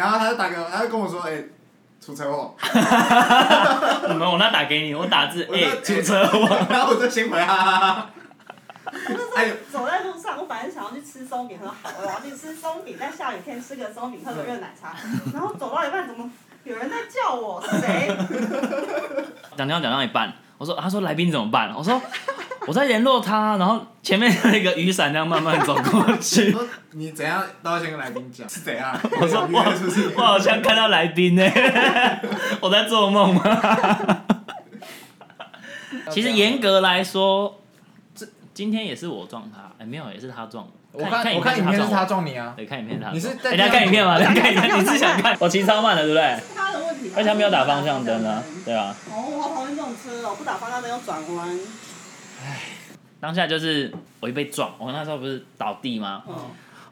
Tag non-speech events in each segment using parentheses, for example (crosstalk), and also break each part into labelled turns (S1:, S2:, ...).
S1: 然后他就打给我，他就跟我说：“哎、出
S2: (laughs)
S1: 车祸。
S3: 你们我那打给你，我打字
S1: 我
S3: 哎
S1: 那
S3: 出车”祸，
S1: 然后我就先回哈哈哈
S2: (laughs)
S1: 哈。哎呦，
S4: 走在路上，我本来是想要去吃松饼，很好，我要去吃松饼，在下雨天吃个松饼，喝个热奶茶。 (laughs) 然后走到一半，怎么有人在叫我？谁？ (laughs)
S3: 讲电话讲到一半，我说他说来宾怎么办？我说我在联络他，然后前面那个雨伞这样慢慢走过
S1: 我
S2: (laughs)
S3: 去，
S1: 说你怎样都要先跟来宾讲是怎样？
S3: (laughs) 我说
S1: 你是不是
S2: (laughs)
S3: 我？好像看到来宾呢， (laughs) 我在做梦吗？其实严格来说，这今天也是我撞他，哎、没有，也是他撞
S2: 我看我看
S3: 影
S2: 影
S3: 片
S2: 片
S3: 是
S2: 是
S3: 撞
S2: 他
S3: 我，
S2: 撞你啊，
S3: 对，看影片是他撞。
S2: 你是在
S3: 哎大家看影片吗？大家看影片，你是想看？我骑超慢的，对不对？
S4: 他的问题。
S3: 而且他没有打方向灯啊，对啊。
S4: 哦，我好讨厌这种车哦，不打方向灯又转弯。
S3: 当下就是我一被撞，我那时候不是倒地吗？
S4: 嗯，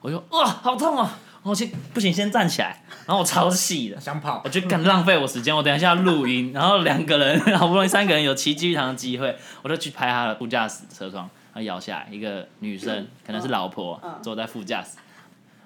S3: 我就哇，好痛啊！我先不行，先站起来。然后我超细的，
S2: 想跑
S3: 我，就敢浪费我时间，我等一下要录音，然后两个人 (laughs) 好不容易三个人有骑机场的机会，我就去拍他的副驾驶车窗，然后摇下来，一个女生可能是老婆
S4: 嗯
S3: 坐在副驾驶，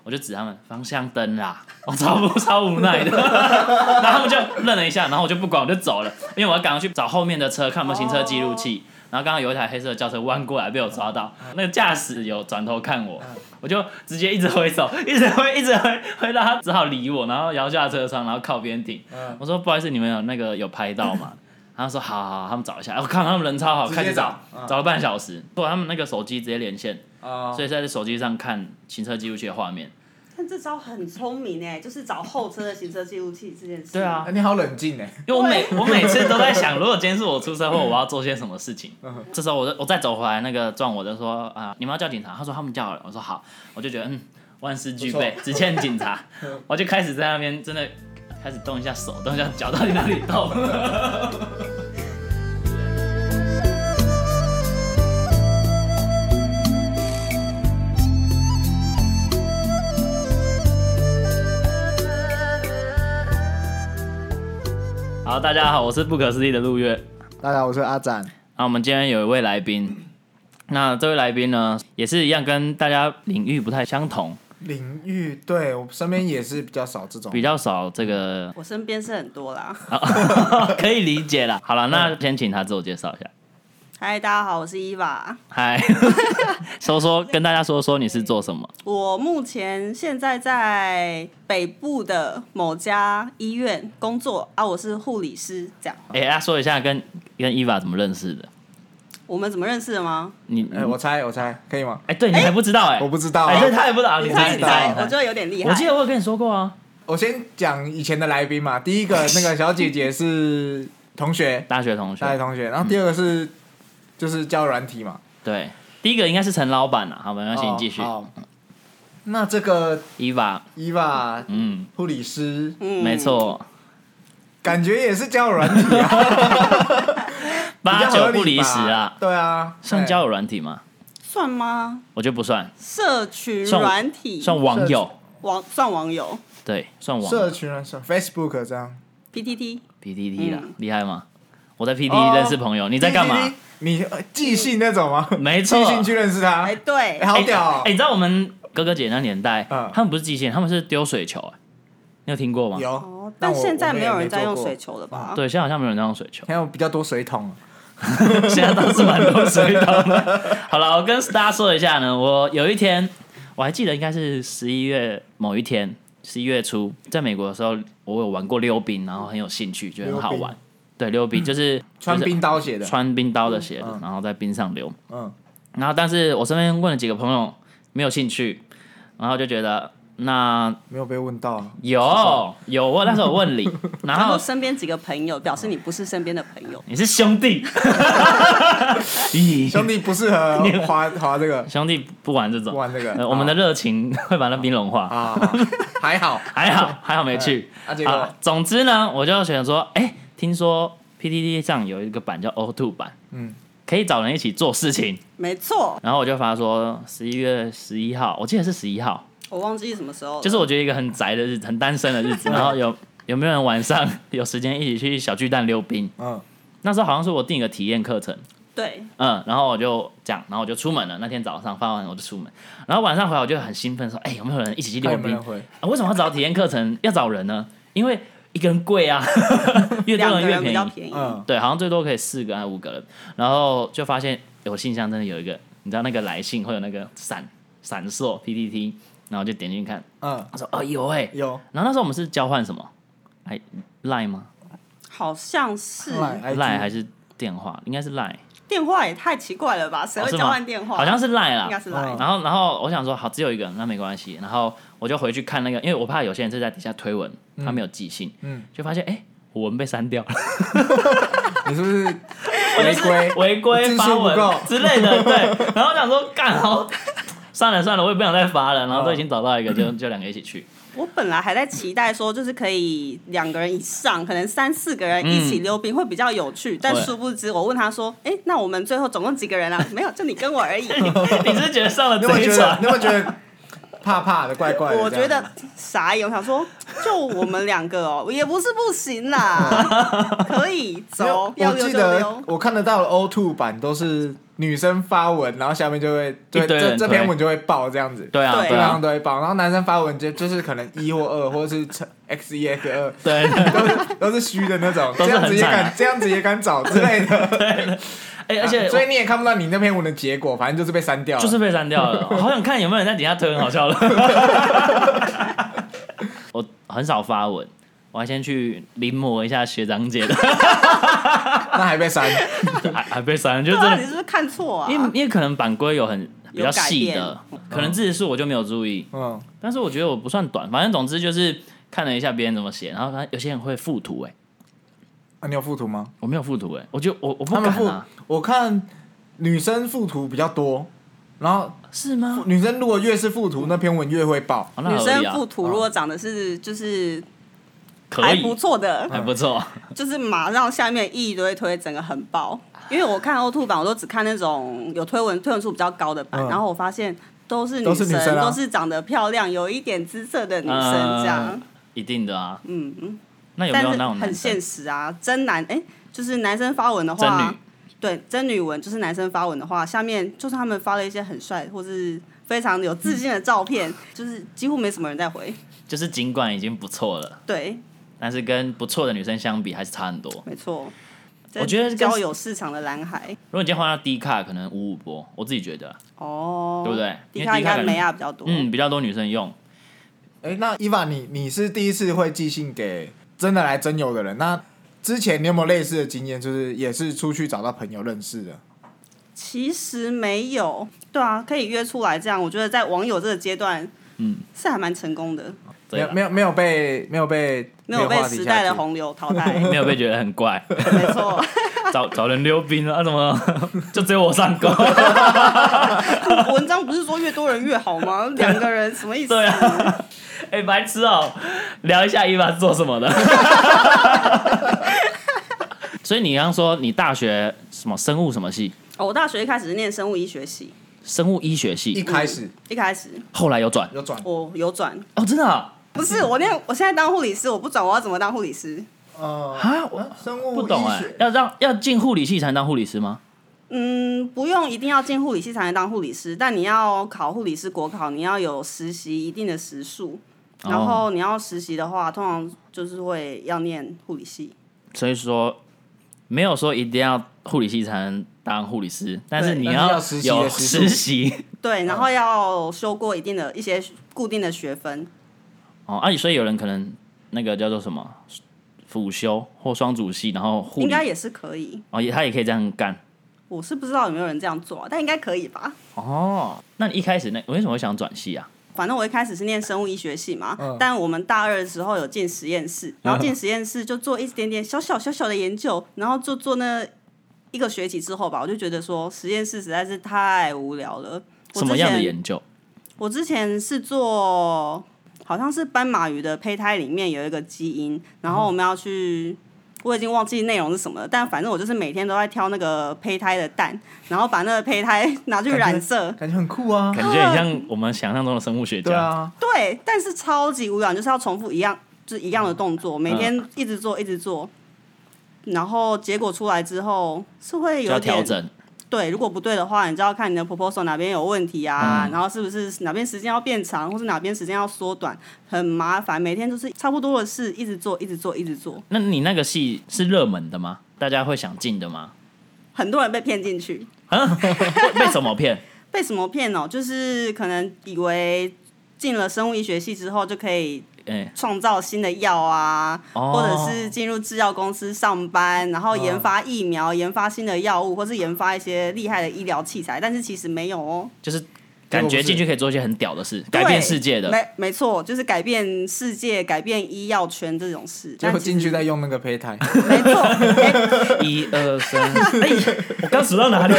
S3: 我就指他们方向灯啦， (laughs) 我超不超无奈的， (laughs) 然后他们就愣了一下，然后我就不管我就走了，因为我要赶快去找后面的车看有没有行车记录
S2: 哦
S3: 器。然后刚刚有一台黑色的轿车弯过来被我抓到，
S2: 嗯
S3: 那个驾驶有转头看我，我就直接一直挥手， (laughs) 一直挥，一直挥，挥到他只好理我，然后摇下车窗，然后靠边停。
S2: 嗯，
S3: 我说不好意思，你们有那个有拍到
S2: (laughs)
S3: 吗？然后说好好好，他们找一下。哎我看他们人超好，
S2: 直
S3: 看
S2: 接
S3: 就找
S2: 找，嗯
S3: 找了半小时，不然他们那个手机直接连线，
S2: 啊
S3: 所以在手机上看行车记录器的画面。
S4: 但这招很聪明哎，就是找后车的行车记录器这件事。
S3: 对啊，
S2: 哎你好冷静哎，
S3: 因为我每我每次都在想，如果今天是我出车祸，我要做些什么事情
S2: 嗯。
S3: 这时候我就我再走回来，那个撞我的说啊、你们要叫警察？他说他们叫了。我说好，我就觉得嗯，万事俱备， (laughs) 只欠警察。我就开始在那边真的开始动一下手，动一下脚，到底哪里痛？ (laughs) 好，大家好，我是不可思议的陆月。
S2: 大家好，我是阿展，
S3: 那我们今天有一位来宾，那这位来宾呢，也是一样跟大家领域不太相同，
S2: 领域对我身边也是比较少这种
S3: 比，较少这个、 (laughs)
S4: 我身边是很多啦。
S3: 啊 (laughs) 可以理解啦。好了，那先请他自我介绍一下。
S4: 嗨，大家好，我是伊娃。
S3: 嗨，说说跟大家说说你是做什么？
S4: 我目前现在在北部的某家医院工作啊，我是护理师。这样，
S3: 哎、大家说一下跟跟伊娃怎么认识的？
S4: 我们怎么认识的吗？
S3: 你
S2: 哎，我猜我猜可以吗？
S3: 哎、对你还不知道哎、
S2: 我不知道啊
S3: 嗯哎、对他也不知道，你猜
S4: 猜
S3: 你
S2: 知道
S3: 猜，
S4: 我觉得有点厉害。
S3: 我记得我有跟你说过啊，
S2: 我先讲以前的来宾嘛，第一个那个小姐姐是同学，
S3: 大学同
S2: 大学
S3: 学，
S2: 同学，然后第二个是就是教软体嘛，
S3: 对，第一个应该是陈老板啊，好，没关系，
S2: 哦
S3: 你继续。
S2: 好那这个
S3: 伊娃，
S2: 伊娃
S3: 嗯，
S2: 护理师
S4: 嗯
S3: 没，错，
S2: 感觉也是教软体啊，比
S3: (laughs) 八
S2: 较合理吧
S3: 九不离十啊，，
S2: 对啊，
S3: 算交友软体吗？
S4: 算吗？
S3: 我觉得不算，
S2: 嗯
S4: 社群
S3: 算
S4: 软体
S3: 算网友，
S4: 网算网友
S3: 对，算
S2: 哎
S3: 网
S2: 社群软体 Facebook 这样。
S4: PTT，
S3: PTT 啦
S4: 嗯，
S3: 厉害吗？我在
S2: 哦
S3: PTT 认识朋友，你在干嘛？？
S2: 你呃寄信那种吗？
S3: 没错
S2: 寄，信去认识他
S4: 哎、，对
S2: 哎，好屌哦
S3: 啊哎、你知道我们哥哥姐那年代，
S2: 嗯
S3: 他们不是寄信，他们是丢水球、哎，你有听过吗？。
S2: 有。啊
S4: 哦，但
S2: 我
S4: 现在
S2: 我们
S4: 没
S2: 也
S4: 有
S2: 没
S4: 人在
S2: 做
S4: 用
S2: 过
S4: 水球了吧？
S3: 嗯对，现在好像没有人在用水球，
S2: 还有比较多水桶，啊
S3: 现在倒是蛮多水桶的。 (laughs) 好了，我跟大家说一下呢，我有一天我还记得应该是十一月某一天，十一月初在美国的时候，我有玩过溜冰，然后很有兴趣，觉得很好
S2: 溜
S3: 玩
S2: 冰。
S3: 对，溜冰就是
S2: 穿
S3: 就是
S2: 冰刀鞋的，
S3: 穿冰刀的鞋子，
S2: 嗯
S3: 然后在冰上溜。
S2: 嗯，
S3: 然后但是我身边问了几个朋友没有兴趣，然后就觉得那
S2: 没有被问到啊。
S3: 有有我那时候
S2: (laughs)
S3: 有问你，然
S4: 然后
S3: 后
S4: 身边几个朋友表示你不是身边的朋友，
S3: 你是兄弟，咦
S2: 兄弟不适
S3: (laughs)
S2: 合滑滑这个，
S3: 兄弟不玩这种，
S2: 不玩这个
S3: 呃我们的热情 (laughs) 会把那冰融化，
S2: 啊，还好
S3: 还好还好没去。
S2: 啊，结
S3: 啊
S2: 果，
S3: 总之呢，我就想说，哎，听说 PTT 上有一个版叫 O2 版，
S2: 嗯，
S3: 可以找人一起做事情，
S4: 没错，
S3: 然后我就发说十一月十一号，我记得是十一号，
S4: 我忘记什么时候了，
S3: 就是我觉得一个很宅的日子，很单身的日子，
S2: (laughs)
S3: 然后有有 (laughs) 没有人晚上有时间一起去小巨蛋溜冰？
S2: 嗯，
S3: 那时候好像是我订一个体验课程，
S4: 对，
S3: 嗯，然后我就这样，然后我就出门了。那天早上发完我就出门，然后晚上回来我就很兴奋，说：“哎、有没有人一起去
S2: 看
S3: 溜
S2: 有没有
S3: 冰
S2: 人？回？
S3: 啊、为什么要找体验课程？要找人呢？因为一个人贵啊，越多
S4: 两个
S3: 人越
S4: 人比
S3: 便
S4: 较
S3: 宜。
S4: 便宜。
S2: 嗯，
S3: 对，好像最多可以四个还是五个人。然后就发现我信箱真的有一个，你知道那个来信会有那个闪闪烁 PPT，然后就点进去看，
S2: 嗯，
S3: 他说：“哦，有哎、
S2: 有
S3: 然后那时候我们是交换什么？哎，Line 吗
S4: 好像是
S2: 赖
S3: ？Line 还是电话？应该是 Line，
S4: 电话也太奇怪了吧？谁
S3: 哦
S4: 会
S3: 是
S4: 交
S3: 吗
S4: 换电话？
S3: 好像是啊 Line 啦。
S4: 应该是来
S2: 嗯
S3: 然后，然后我想说，好，只有一个，那没关系。然后我就回去看那个，因为我怕有些人是在底下推文，他没有寄信，
S2: 嗯，
S3: 就发现哎、我文被删掉了，
S2: 你是不
S3: (laughs)
S2: 是 (laughs) 违规？
S3: 违规
S2: 字
S3: 发文
S2: 数不够
S3: 之类的，对。然后我想说，干好，算了算了，我也不想再发了。然
S2: 嗯
S3: 后都已经找到一个，就就两个一起去。 (laughs)
S4: 我本来还在期待说，就是可以两个人以上，可能三四个人一起溜冰会比较有趣。但殊不知，我问他说：“哎、那我们最后总共几个
S3: (laughs)
S4: 人啊？”没有，就你跟我而已。
S3: 你是觉得上了
S2: 你有没有觉
S3: 贼
S2: 得？
S3: 船
S2: 你？有没有觉得怕怕的、怪
S3: 啊
S2: 怪的这样？
S4: 我觉得傻眼，我想说，就我们两个哦，也不是不行啦，
S3: (laughs)
S4: 可以
S2: 没有。
S4: 走，要
S2: 我
S4: 溜
S2: 记
S4: 就
S2: 得
S4: 溜。
S2: 我看得到的 O two 版都是女生发文，然后下面就会
S3: 一
S2: 对
S3: 堆
S2: 这
S3: 人
S2: 这篇
S3: 推
S2: 文就会爆这样子，
S3: (laughs) 对啊，
S4: 对
S3: 对
S2: 通常
S3: 啊，
S2: 都会爆。然后男生发文就就是可能一或二，或者是 x 一 x 二，
S3: 对。 (laughs)
S2: 都是都是虚的那种，
S3: 都
S2: 这
S3: 是
S2: 样
S3: 很
S2: 子也
S3: 惨啊
S2: 敢这样子也敢找之类的。
S3: 哎， (laughs) 而且
S2: 啊所以
S3: 我
S2: 你也看不到你那篇文的结果，反正就是被删掉了。
S3: 就是被删掉
S2: (laughs)
S3: 了，我好想看有没有人在底下推，很好笑了。 (laughs) 我很少发文，我还先去临摹一下学长姐的。
S2: 那还被 (laughs) 删，
S3: 还还被删，就
S4: 对
S3: 真
S4: 啊，你
S3: 的，
S4: 是不是看错啊？
S3: 因为因为可能版规有很比较细
S4: 有
S3: 的，可能字数我就没有注意，
S2: 嗯，
S3: 但是我觉得我不算短，反正总之就是看了一下别人怎么写，然后发现有些人会附图、哎，
S2: 啊，你有附图吗？
S3: 我没有附图、哎，我就我我不
S2: 他
S3: 敢
S2: 们附
S3: 啊，
S2: 我看女生附图比较多，然后
S3: 是吗？
S2: 女生如果越是附图，那篇文越会爆。
S3: 哦、那
S4: 女
S3: 合
S4: 生
S3: 理啊
S4: 附，图如果长得是就是
S3: 啊可
S4: 还
S3: 以
S4: 不，错的，
S3: 还不错，
S4: 就是马上下面一堆推，整个很爆。因为我看 O two 版，我都只看那种有推文推文数比较高的版，
S2: 嗯
S4: 然后我发现都是女
S2: 都是女生啊
S4: 都是长得漂亮、有一点姿色的女生
S3: 嗯
S4: 这样。
S3: 一定的啊。
S4: 嗯嗯，
S3: 那有没
S4: 但
S3: 有
S4: 是
S3: 那种
S4: 很
S3: 男
S4: 现
S3: 生
S4: 实啊，真男哎、就是男生发文的
S3: 真
S4: 话
S3: 女，
S4: 对真女文就是男生发文的话，下面就是他们发了一些很帅或是非常有自信的照片，就是几乎没什么人在回。
S3: 就是尽管已经不错了，
S4: 对，
S3: 但是跟不错的女生相比还是差很多。
S4: 没错。
S3: 我觉得跟
S4: 交友市场的蓝海
S3: 如果你今天换到低卡，可能五五波，我自己觉得，
S4: 哦，
S3: 对不对？
S4: 迪
S3: 因
S4: 卡
S3: 为
S4: 应
S3: 低卡
S4: 该
S3: 可
S4: 美
S3: 能
S4: 亚比较多。
S3: 嗯比较多女生用，
S2: 哎、那伊娃，你你是第一次会寄信给真的来真友的人，那之前你有没有类似的经验？就是也是出去找到朋友认识的，
S4: 其实没有，对啊，可以约出来这样，我觉得在网友这个阶段，
S3: 嗯，
S4: 是还蛮成功的，
S2: 没
S3: 对啦
S2: 有没有没有被没有被
S4: 没有被
S2: 话题
S4: 时
S2: 下
S4: 代的
S2: 去
S4: 洪流淘汰， (laughs)
S3: 没有被觉得很怪，
S4: 没错， (laughs)
S2: (laughs)
S3: 找找人溜冰啊，怎么 (laughs) 就只有我上钩？
S4: 文章不是说越多人越好吗？两个人什么意思？
S3: 对啊，
S2: (laughs)
S3: 哎、白痴哦、聊一下伊娃是做什
S2: (laughs)
S3: 么的。所以你刚刚说你大学什么生物什么系，
S4: 哦，我大学一开始是念生物医学系，
S3: 生物医学
S2: 一
S3: 系，
S2: 开始
S4: 一开始
S3: 后来有转
S2: 有转
S4: 我有转，
S3: 哦，真的啊，
S4: 不是我念，我现在当护理师，我不转，我要怎么当护理师？
S2: 呃
S3: 啊我
S2: 生物
S3: 不懂哎、
S2: 医学
S3: 要让要进护理系才能当护理师吗？
S4: 嗯，不用一定要进护理系才能当护理师，但你要考护理师国考，你要有实习一定的时数，然后你要实习的话，通常就是会要念护理系。
S3: 所以说没有说一定要护理系才能当护理师，但是
S4: 对
S3: 你
S2: 但是要实习的
S3: 有
S2: 时数
S3: 实习
S4: 对，然后要修过一定的一些固定的学分，
S3: 哦，啊，所以有人可能那个叫做什么辅修或双主系，然后护
S4: 应
S3: 理
S4: 该也是可以。
S3: 哦，也他也可以这样干
S4: 我是不知道有没有人这样做啊，但应该可以吧。
S3: 哦。那你一开始那为什么会想转系啊？
S4: 反正我一开始是念生物医学系嘛，
S2: 嗯
S4: 但我们大二的时候有进实
S3: (laughs)
S4: 验室，然后进实验室就做一点点小小小小的研究，然后就做那一个学期之后吧，我就觉得说实验室实在是太无聊了。我
S3: 什么样的
S4: 之前
S3: 研究？
S4: 我之前是做，好像是斑马鱼的胚胎里面有一个基因，然后我们要去，我已经忘记内容是什么了，但反正我就是每天都在挑那个胚胎的蛋，然后把那个胚胎 (laughs) 拿去染色。
S2: 感觉很酷啊，
S3: 感觉很像我们想象中的生物学
S2: 对
S3: 家。
S2: 啊，
S4: 对，但是超级无聊，就是要重复一样，就是一样的动
S3: 嗯
S4: 作，每天一直做，一直做。然后结果出来之后是会
S3: 就
S4: 有
S3: 要调
S4: 点
S3: 整，
S4: 对，如果不对的话，你就要看你的 proposal 哪边有问题啊，
S3: 嗯
S4: 然后是不是哪边时间要变长，或是哪边时间要缩短，很麻烦，每天都是差不多的事，一直做，一直做，一直做，
S3: 那你那个戏是热门的吗？大家会想进的吗？ (laughs)
S4: 很多人被骗进去。
S3: 被什么骗？
S4: 被什么骗哦？就是可能以为进了生物医学系之后就可以
S3: 哎、
S4: 创造新的药啊，
S3: 哦
S4: 或者是进入制药公司上班，然后研发疫苗、研发新的药物，或是研发一些厉害的医疗器材，但是其实没有哦，
S3: 就是感觉进去可以做一些很屌的事，改变世界的。
S4: 没没错，就是改变世界、改变医药圈这种事。
S2: 结果
S4: 但其实
S2: 进去再用那个胚胎，
S4: 没错，哎
S3: 一二三，
S4: (laughs)
S3: 哎、我刚数到哪里？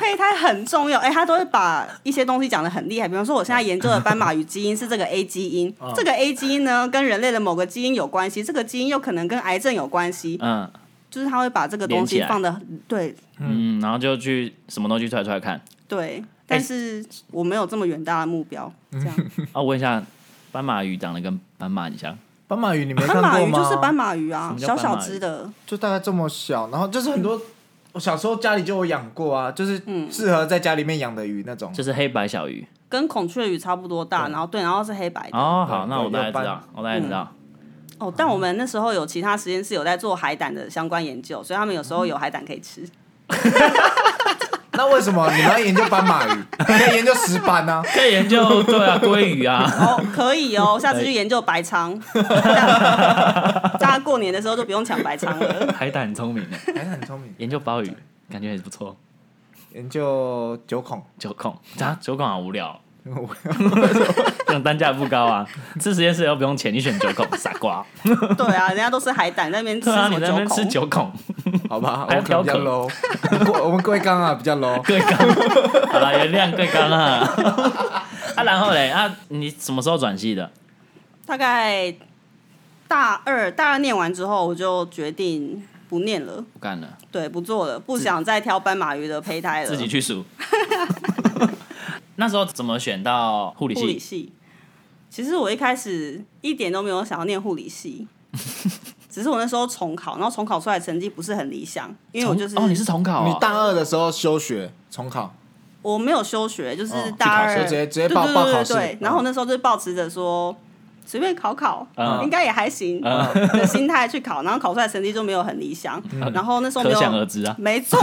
S4: 胚胎很重要，哎、他都会把一些东西讲的很厉害。比方说，我现在研究的斑马与基因是这个 A 基因，
S2: 啊
S4: 这个 A 基因呢跟人类的某个基因有关系，这个基因有可能跟癌症有关系，
S3: 嗯
S4: 就是他会把这个东
S3: 连起
S4: 西
S3: 来
S4: 放的对
S3: 嗯，然后就去什么东西出来出来看。哎
S4: 对。但是我没有这么远大的目
S3: (laughs)
S4: 标，这样。
S3: 啊，我问一下，斑马鱼长得跟斑马很像，
S2: 斑马鱼你没看
S4: 斑马
S2: 过
S4: 鱼
S2: 吗？
S4: 就是斑马鱼啊，
S3: 什么叫
S4: 小
S3: 斑马鱼
S4: 小只的，
S2: 就大概这么小，然后就是很多，我小时候家里就有养过啊，就是
S4: 嗯
S2: 适合在家里面养的鱼那种。
S3: 就是黑白小鱼。
S4: 跟孔雀鱼差不多大，然后对，然后是黑白的。
S3: 哦，
S2: 哎对
S3: 好，那我大概知
S2: 有
S3: 道
S2: 斑，嗯
S3: 我大概知道。
S4: 哦，但我们那时候有其他实验室有在做海胆的相关研究，所以他们有时
S3: 嗯
S4: 候有海胆可以吃。
S2: 那为什么你们要研究斑马鱼？可以研究石斑啊，
S3: 可以研究对啊，鲑鱼
S2: (laughs)
S3: 啊，
S4: 哦，可以哦，
S3: 哎
S4: 下次去研究
S3: (laughs)
S4: 白鲳。大家过年的时候就不用抢白鲳了。
S3: 海胆很聪明的，
S2: 还是很聪明。
S3: 研究鲍鱼感觉也不错。
S2: 研究九孔，
S3: 九孔啊，九孔好
S2: (laughs)
S3: 无聊哦，这种单价不高啊，吃实验室又不用钱，你选九孔，傻瓜。
S4: 对啊，人家都是海胆，在那边吃
S3: 对啊，
S4: 什
S3: 你
S4: 么
S3: 在那边吃
S4: 九孔？
S3: 九孔，
S2: 好吧，我
S3: 还有
S2: 们可能
S3: 雕
S2: 比较
S3: 刻
S2: low，我 (laughs) 们贵我们贵刚啊比较 low。
S4: 哦
S3: 贵
S2: (laughs)
S3: 刚，好了，原谅贵刚啊。啊，然后嘞，啊，你什么时候转系的？
S4: 大概大二，大二念完之后，我就决定不念了，
S3: 不干了，
S4: 对，不做了，不想再挑斑马鱼的胚胎了。
S3: 自己去数。 (laughs) 那时候怎么选到护理
S4: 护理
S3: 系？
S4: 系。其实我一开始一点都没有想要念护
S3: (laughs)
S4: 理系，只是我那时候重考，然后重考出来成绩不是很理想，因为我就是
S3: 重哦，你是重考哦
S2: 你大二的时候休学重
S4: 哦
S2: 考，
S4: 我没有休学，就是
S2: 哦
S4: 大
S2: 去
S4: 二、
S2: 考试直接直接报
S4: 对对
S2: 报
S4: 对
S2: 考
S4: 对
S2: 试
S4: 对
S2: 嗯
S4: 然后那时候就抱持着说随便考考，
S3: 嗯
S4: 应该也还行、的心态去考，然后考出来成绩就没有很理想。然后那时候没
S3: 嗯可想而
S4: 有，
S3: 知啊。
S4: 没错，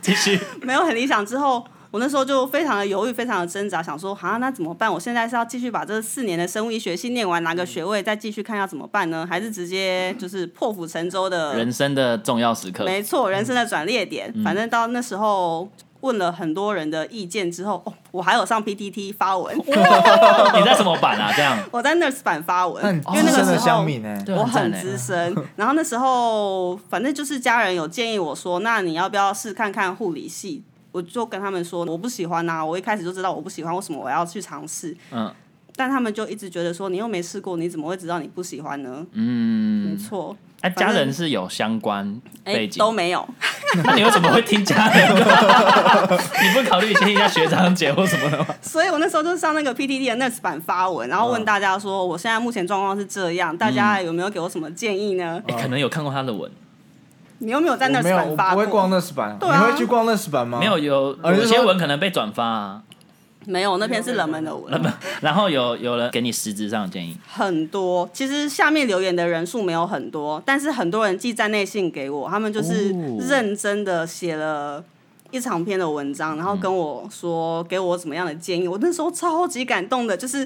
S3: 继续，
S4: 没有很理想之后。我那时候就非常的犹豫，非常的挣扎，想说啊，那怎么办？我现在是要继续把这四年的生物医学系念完，拿个学位，再继续看要怎么办呢？还是直接就是破釜沉舟的
S3: 人生的重要时刻。
S4: 没错，人生的转捩点。反正到那时候问了很多人的意见之后，哦，我还有上 PTT 发文，
S3: 哦 (laughs) 你在什么版啊？这样
S4: 我在 Nurse 版发文
S2: 那你，
S4: 因为那
S2: 资
S4: 个
S2: 深哦
S4: 时
S2: 的
S4: 候
S2: 乡。民呢？
S3: 对
S4: 我
S3: 很
S4: 很
S3: 赞欸
S4: 资深，然后那时候反正就是家人有建议我说，那你要不要试看看护理系？我就跟他们说我不喜欢啊，我一开始就知道我不喜欢，为什么我要去尝试？
S3: 嗯
S4: 但他们就一直觉得说你又没试过，你怎么会知道你不喜欢呢？没
S3: 嗯，
S4: 错，
S3: 哎、
S4: 正
S3: 家人是有相关
S4: 哎
S3: 背，景，
S4: 都没有，
S3: 那你为什么会听家人的？
S4: (laughs)
S3: 你不考虑先听一下学长姐或什么的吗？
S4: 所以我那时候就上那个 PTT 的 Nurse 版发文，然后问大家说，我现在目前状况是这样，大家有没有给我什么建议呢？
S3: (laughs) 哎可能有看过他的文，
S4: 你有没有在
S2: 我
S4: Nurse
S2: 没有，
S4: 版
S2: 我
S4: 发
S2: 不
S4: 过？
S2: 会逛那石板，你
S4: 对啊
S2: 会去逛那石板吗？
S3: 没有，有
S2: 哦你是
S3: 有些
S2: 说
S3: 文可能被转发啊，
S4: 没有那篇是冷门的文，
S3: 然后有有人给你实质上的建议，
S4: 很多。其实下面留言的人数没有很多，但是很多人寄站内信给我，他们就是
S3: 哦
S4: 认真的写了。一长篇的文章，然后跟我说给我怎么样的建议，我那时候超级感动的，就是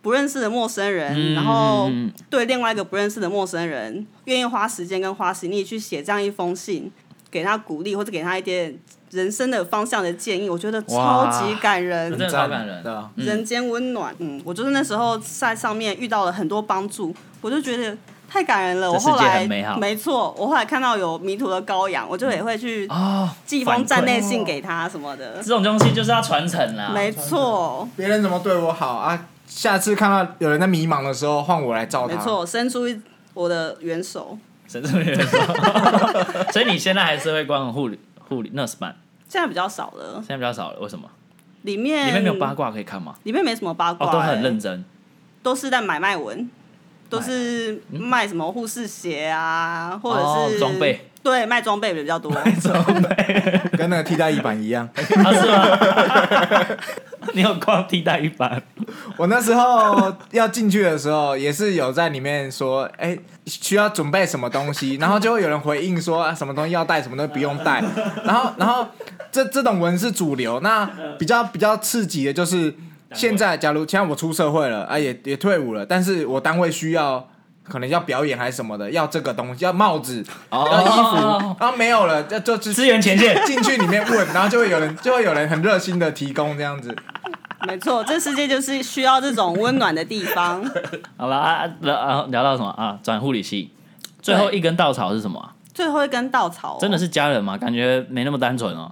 S4: 不认识的陌生人，然后
S3: 嗯
S4: 对另外一个不认识的陌生人，愿意花时间跟花心力去写这样一封信，给他鼓励或者给他一点人生的方向的建议，我觉得超
S3: 哇
S4: 级感
S3: 真
S4: 人，
S3: 的超感人
S2: 对。啊，
S4: 人间温暖。嗯，我就是那时候在上面遇到了很多帮助，我就觉得。太感人了！我
S3: 这世界
S4: 后来
S3: 很美好
S4: 没错，我后来看到有迷途的羔羊，我就也会去
S3: 哦，
S4: 寄
S3: 反
S4: 封
S3: 馈哦
S4: 站内信给他什么的。
S3: 这种东西就是要传承啦。
S4: 没错，
S2: 别人怎么对我好啊？下次看到有人在迷茫的时候，换我来照他。
S4: 没错，伸出一我的援手。
S3: 神这么有人说，所以你现在还是会逛护理护理 nurse 版，
S4: 现在比较少了，
S3: 现在比较少了，为什么？
S4: 里面嗯
S3: 里面没有八，卦可以看吗？哦
S4: 里面没什么八卦、
S3: 哦，都很
S4: 欸
S3: 认真。
S4: 都是在买卖文。都是卖什么护士鞋啊，或者
S3: 嗯哦
S4: 是
S3: 装备，
S4: 对，卖装备比较
S3: (laughs)
S4: 多。
S2: 跟那个替代一版一样。
S3: 啊是吗？ (laughs) 你有逛替代一版？
S2: (laughs) 我那时候要进去的时候，也是有在里面说，哎、需要准备什么东西，然后就会有人回应说、啊、什么东西要带，什么东西不用带。然后，然后这这种文是主流，那比较比较刺激的就是现在，假如现在我出社会了啊，也也退伍了，但是我单位需要。可能要表演还是什么的，要这个东西，要帽子，
S4: 哦
S3: 哦
S2: 要衣服，然后没有了，就就就
S3: 资源前线
S2: (laughs) 进去里面问，然后就会有人，就会有人很热心的提供这样子。
S4: 没错，这世界就是需要这种温暖的地方。
S3: 好了啊，聊啊聊到什么啊？转护理系，最后一根稻草是什么啊、
S4: 最后一根稻草、哦
S3: 真的是家人吗？感觉没那么单纯哦。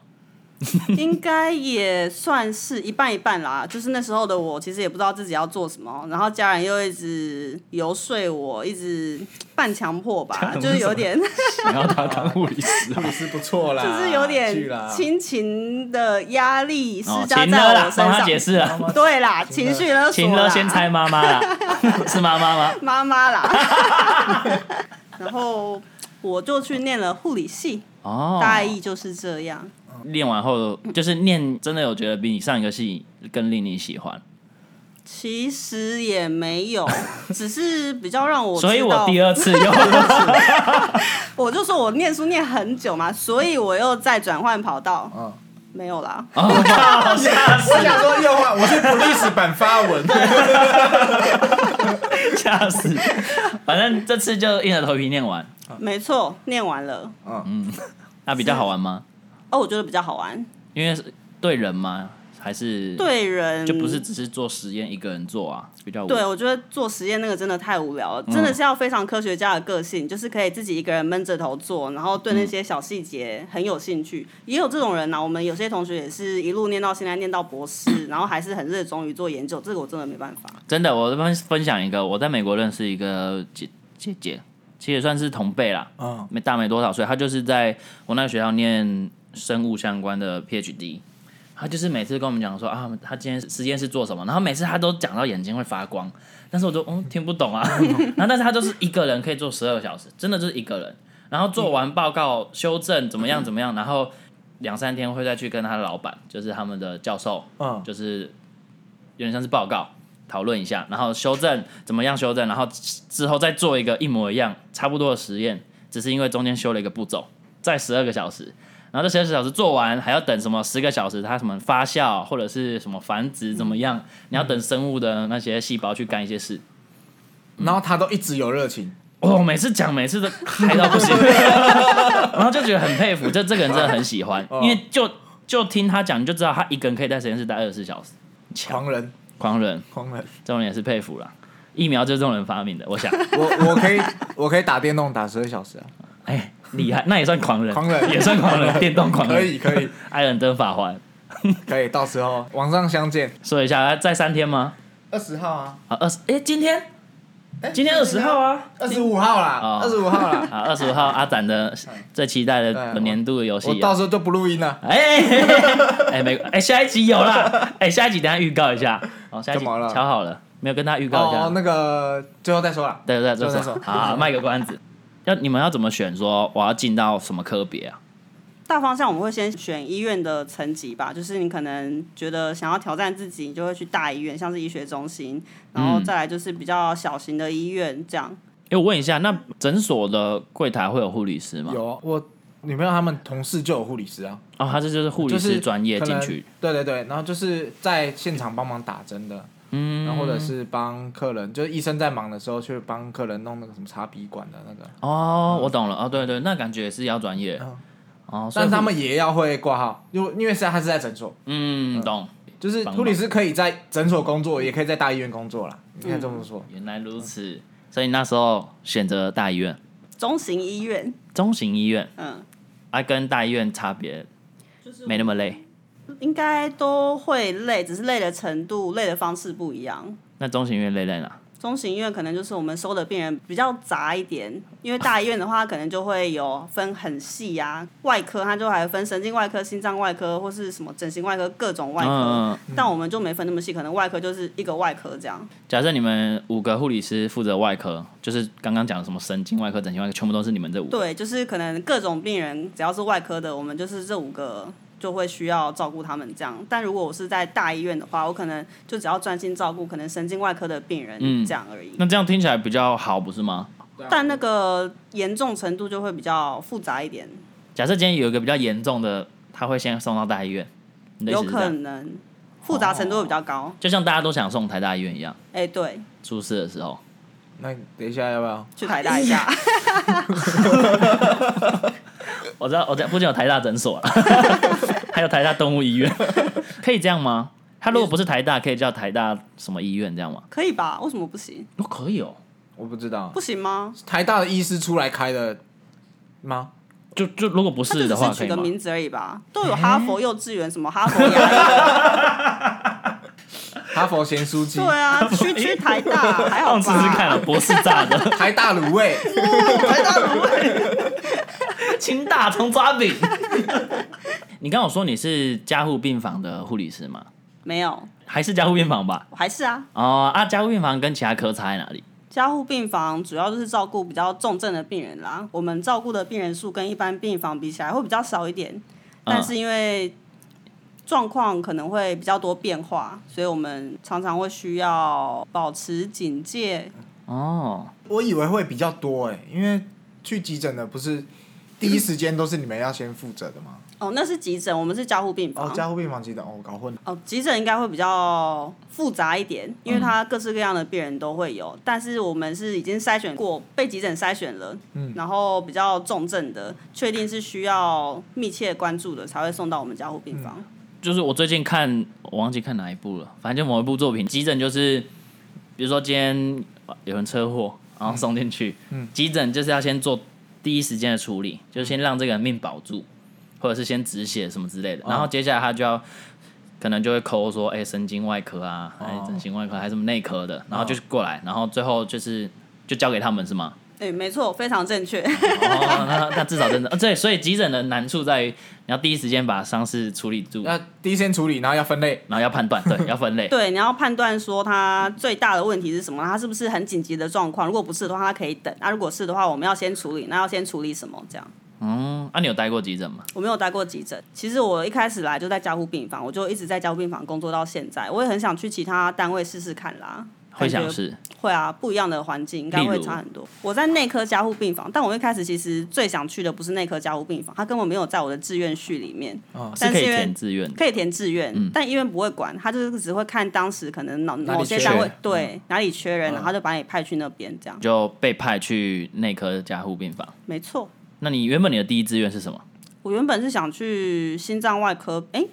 S4: 应该也算是一半一半啦。就是那时候的我，其实也不知道自己要做什么，然后家人又一直游说我，一直半强迫
S3: 家
S4: 吧，
S3: 人
S4: 就是
S3: 为什么
S4: 有点，
S3: 想要他当护理
S4: (laughs)
S3: 师啊、
S2: 也是不错啦，
S4: 就是有
S2: 啊去
S4: 点
S2: 啦
S4: 亲情的压力施
S3: 哦，
S4: 加
S3: 情了
S4: 在
S3: 啦
S4: 我，身
S3: 帮他解
S4: 上。
S3: 释了，
S4: 对啦，情绪勒索
S3: 情了
S4: 啦，
S3: 先猜妈妈啦， (laughs) 是妈妈吗？
S4: 妈妈啦。 (laughs) 然后我就去念了护理系，
S3: 哦，
S4: 大意就是这样。
S3: 练完后就是念，真的有觉得比你上一个戏更令你喜欢，
S4: 其实也没
S3: (laughs)
S4: 有，只是比较让我
S3: 所以
S4: 知
S3: 我
S4: 道
S3: 第二次又
S4: (laughs) 我就说我念书念很久嘛，所以我又再转换跑道。
S3: 啊
S2: 嗯
S4: 没有啦，
S3: 哦吓死
S2: 我想说又换，我是 police 版发文，
S3: 吓死，反正这次就硬着头皮念完，
S4: 没错，念完了。
S2: 啊嗯
S3: 那比较好玩吗？
S4: 哦，我觉得比较好玩，
S3: 因为是对人吗？还是，
S4: 对人
S3: 就不是。只是做实验一个人做啊，比较无
S4: 对，我觉得做实验那个真的太无聊
S3: 嗯
S4: 了，真的是要非常科学家的个性，就是可以自己一个人闷着头做，然后对那些小细节很有兴趣。也有这种人呐、啊我们有些同学也是一路念到现在念到博士，然后还是很热衷于做研究，这个我真的没办法。
S3: 真的，我这边分享一个，我在美国认识一个姐姐姐，其实也算是同辈啦，
S2: 嗯，
S3: 没大没多少岁。她就是在我那个学校念生物相关的 PhD，她就是每次跟我们讲说啊，她今天实验室做什么，然后每次她都讲到眼睛会发光，但是我就嗯听不懂啊。 (laughs) 然后但是她就是一个人可以做十二小时，真的就是一个人。然后做完报告修正怎么样怎么样，然后两三天会再去跟她的老板，就是他们的教授，
S2: 嗯
S3: 就是有点像是报告。讨论一下，然后修正怎么样修正，然后之后再做一个一模一样、差不多的实验，只是因为中间修了一个步骤，在十二个小时，然后这十二个小时做完，还要等什么十个小时，它什么发酵或者是什么繁殖怎么样，你要等生物的那些细胞去干一些事。
S2: 然后他都一直有热情，
S3: 哦，每次讲每次都嗨到不行，然后就觉得很佩服，就这个人真的很喜欢，因为就就听他讲，你就知道他一个人可以在实验室待二十四小时，
S2: 狂人，
S3: 狂人，
S2: 狂人，
S3: 这种人也是佩服啦。疫苗就是这种人发明的，
S2: (laughs)
S3: 我想。
S2: 我我可以我可以打电动打十二小时啊，
S3: 哎，厉害，那也算狂人，
S2: 狂人
S3: 也算狂人，电动狂人，
S2: 可以可以
S3: 艾伦登法环，
S2: 可以，到时候网上相见，
S3: 说一下，在三天吗？
S2: 二十号啊，
S3: 啊，二十，哎，今天
S2: 哎
S3: 今天二十号，啊，
S2: 二十五号啦
S3: 哦，
S2: 二十五 (laughs) 号啦，
S3: 啊，二十五号阿展
S2: (laughs)
S3: 的最期待的本年度的游
S2: 我
S3: 戏
S2: 到
S3: 啊。
S2: 时候就不录音了，
S3: 哎哎， (laughs) 没哎，下一集有啦，哎，下一集等下预告一下，哦，下一
S2: 怎
S3: 集
S2: 么了
S3: 瞧好了，没有跟他预告一
S2: 哦，
S3: 下，
S2: 那个最后再说啦，
S3: 对对对，
S2: 就
S3: 就是
S2: 这种
S3: 好，好卖个关子。要你们要怎么选？说我要进到什么科别啊？
S4: 大方向我们会先选医院的层级吧，就是你可能觉得想要挑战自己，你就会去大医院，像是医学中心，然后
S3: 嗯
S4: 再来就是比较小型的医院这样。
S3: 哎，我问一下，那诊所的柜台会有护理师吗？
S2: 有啊我女朋友他们同事就有护理师啊，
S3: 哦，他这就是护理
S2: 就
S3: 师
S2: 是
S3: 专业进去，
S2: 对对对，然后就是在现场帮忙打针的。
S3: 嗯，
S2: 然后或者是帮客人，就是医生在忙的时候去帮客人弄那个什么插鼻管的那个，
S3: 哦，我懂了，哦，对对，那感觉也是要专业
S2: 嗯，
S3: 哦，所以
S2: 但他
S3: 护
S2: 们也要会挂号，因为因为现在他是在诊所，
S3: 嗯懂，
S2: 就是
S3: 帮忙
S2: 护理师可以在诊所工作，也可以在大医院工作啦。你看这
S4: 嗯
S2: 么说，
S3: 原来如此，所以那时候选择大医院、
S4: 中型医院，
S3: 中型医院，
S4: 嗯，
S3: 啊，跟大医院差别
S4: 就是
S3: 没那么累，
S4: 应该都会累，只是累的程度、累的方式不一样。
S3: 那中型医院累在哪？
S4: 中型医院可能就是我们收的病人比较杂一点，因为大医院的话，可能就会有分很细啊，外科它就还分神经外科、心脏外科或是什么整形外科各种外科，
S3: 嗯嗯
S4: 但我们就没分那么细，可能外科就是一个外科这样。
S3: 假设你们五个护理师负责外科，就是刚刚讲的什么神经外科、整形外科，全部都是你们这五个。
S4: 对，就是可能各种病人只要是外科的，我们就是这五个就会需要照顾他们这样。但如果我是在大医院的话，我可能就只要专心照顾可能神经外科的病人
S3: 嗯
S4: 这样而已。
S3: 那这样听起来比较好，不是吗？
S1: 对啊
S4: 但那个严重程度就会比较复杂一点，
S3: 假设今天有一个比较严重的，他会先送到大医院，你的意
S4: 有
S3: 思是这
S4: 可
S3: 样？
S4: 能复杂程度会比较高。
S3: 就像大家都想送台大医院一样，
S4: 哎、对，
S3: 出事的时候，
S2: 那你等一下要不要？
S4: 去台大一下，
S3: 我知道，我在附近有台大诊所了，啊 (laughs) 还有台大动物医院， (laughs) 可以这样吗？他如果不是台大，可以叫台大什么医院这样吗？
S4: 可以吧？为什么不行？
S3: 哦，可以哦，
S2: 我不知道
S4: 不，行吗？
S2: 台大的医师出来开的吗？
S3: 就就如果不
S4: 他就是
S3: 的
S4: 只
S3: 话，
S4: 是
S3: 可
S4: 取
S3: 以
S4: 个
S3: 吗？哎
S4: 名字而已吧，都有哈佛幼稚园，什么哈佛
S3: (laughs)
S4: 牙医，
S2: 哈佛咸酥鸡
S4: 对，啊，去去台大还好吧？
S3: 试试看啊，博士炸
S4: (laughs)
S3: 的，
S2: 台大卤味，
S3: 清大葱抓饼。你刚刚有说你是加护病房的护理师吗？
S4: 没有，
S3: 还是加护病房吧？
S4: 我还是啊，
S3: 哦啊，加护病房跟其他科差在哪里？
S4: 加护病房主要就是照顾比较重症的病人啦，我们照顾的病人数跟一般病房比起来会比较少一点，但是因为状况可能会比较多变化，所以我们常常会需要保持警戒。
S3: 哦，
S2: 我以为会比较多哎、因为去急诊的不是第一时间都是你们要先负责的吗？
S4: 哦，那是急诊，我们是加护病房。
S2: 哦，加护病房急诊，哦，搞混了。
S4: 哦，急诊应该会比较复杂一点，因为它各式各样的病人都会有。但是我们是已经筛选过，被急诊筛选了，然后比较重症的，确定是需要密切关注的，才会送到我们加护病房。
S3: 就是我最近看，我忘记看哪一部了，反正就某一部作品，急诊就是，比如说今天呃有人车祸，然后送进去，急诊就是要先做第一时间的处理，就是先让这个人命保住，或者是先止血什么之类的，然后接下来他就要。可能就会抠说，哎、神经外科啊，哎、整形外科，还是什么内科的，然后就过来，然后最后就是就交给他们是吗？
S4: 对，没错，非常正确。 (laughs)
S3: 哦，那那至少真的，呃对，所以急诊的难处在于你要第一时间把伤势处理住，
S2: 那第一先处理，然后要分类。
S3: 然后要判断，对，要分类。
S4: 对，你要判断说他最大的问题是什么，他是不是很紧急的状况？如果不是的话，他可以等；那、如果是的话，我们要先处理。那要先处理什么？这样。
S3: 嗯，啊，你有待过急诊吗？
S4: 我没有待过急诊。其实我一开始来就在加护病房，我就一直在加护病房工作到现在。我也很想去其他单位试试看啦。
S3: 会想
S4: 感觉
S3: 是
S4: 会啊，不一样的环境应该
S3: 例如
S4: 会差很多。我在内科加护病房，但我一开始其实最想去的不是内科加护病房，它根本没有在我的志愿序里面。
S3: 哦是
S4: 但
S3: 可以
S4: 是因为
S3: 填嗯志愿的，
S4: 可以填志愿，但医院不会管，他就是只会看当时可能某
S2: 哪里
S4: 某些
S2: 缺
S4: 单
S2: 人
S4: 位
S3: 嗯
S4: 对哪里缺人，然后就把你派去那边这样。
S3: 就被派去内科加护病房。
S4: 没错，
S3: 那你原本你的第一志愿是什么？
S4: 我原本是想去心脏外科，哎、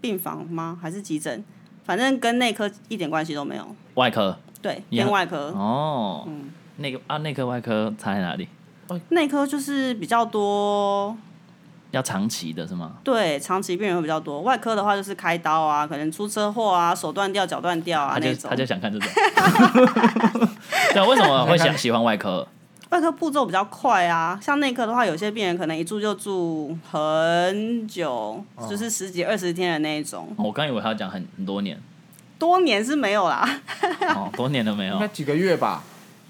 S4: 病房吗？还是急诊？反正跟内科一点关系都没有。
S3: 外科
S4: 对，
S3: 呀
S4: 偏外科，
S3: 哦，那个啊，内科外科差在哪里？
S4: 内科就是比较多，
S3: 要长期的是吗？
S4: 对，长期病人会比较多。外科的话就是开刀啊，可能出车祸啊，手断掉、脚断掉啊
S3: 他就
S4: 那种
S3: 他。就想看这种。对啊，为什么会想喜欢外科？
S4: 外科步骤比较快啊，像内科的话，有些病人可能一住就住很久，
S3: 哦
S4: 就是十几二十天的那一种，
S3: 哦我刚以为他要讲很很多年，
S4: 多年是没有啦，
S3: 哦，多年都没
S2: 应
S3: 有
S2: 该。几个月吧，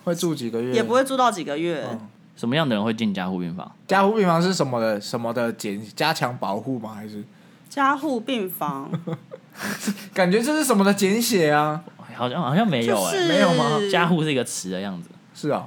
S2: 会住几个月？
S4: 也不会住到几个月。
S3: 哦
S2: 嗯
S3: 什么样的人会进加护病房？
S2: 加护病房是什么的什么的减加强保护吗？还是
S4: 加护病房
S2: 感觉这是什么的简写啊？
S3: 好像好像没
S4: 就
S3: 有哎、
S4: 是
S2: 没有吗
S3: 加护是一个词的样子。
S2: 是啊、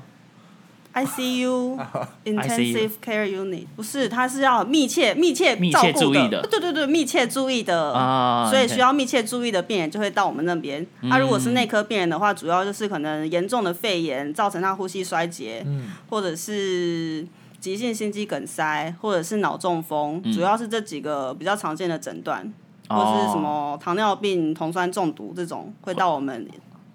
S3: (laughs)
S4: ICU Intensive Care Unit 不是，它是要密切密切
S3: 密
S4: 照
S3: 切
S4: 顾
S3: 注意的
S4: 对对对，密切注意的
S3: 啊嗯
S4: 所以
S3: OK
S4: 需要密切注意的病人就会到我们那边。那、如果是内科病人的话，主要就是可能严重的肺炎造成他呼吸衰竭，
S3: 嗯
S4: 或者是急性心肌梗塞，或者是脑中风，主要是这几个比较常见的诊断，或者是什
S3: 嗯哦
S4: 么糖尿病、酮酸中毒这种会到我们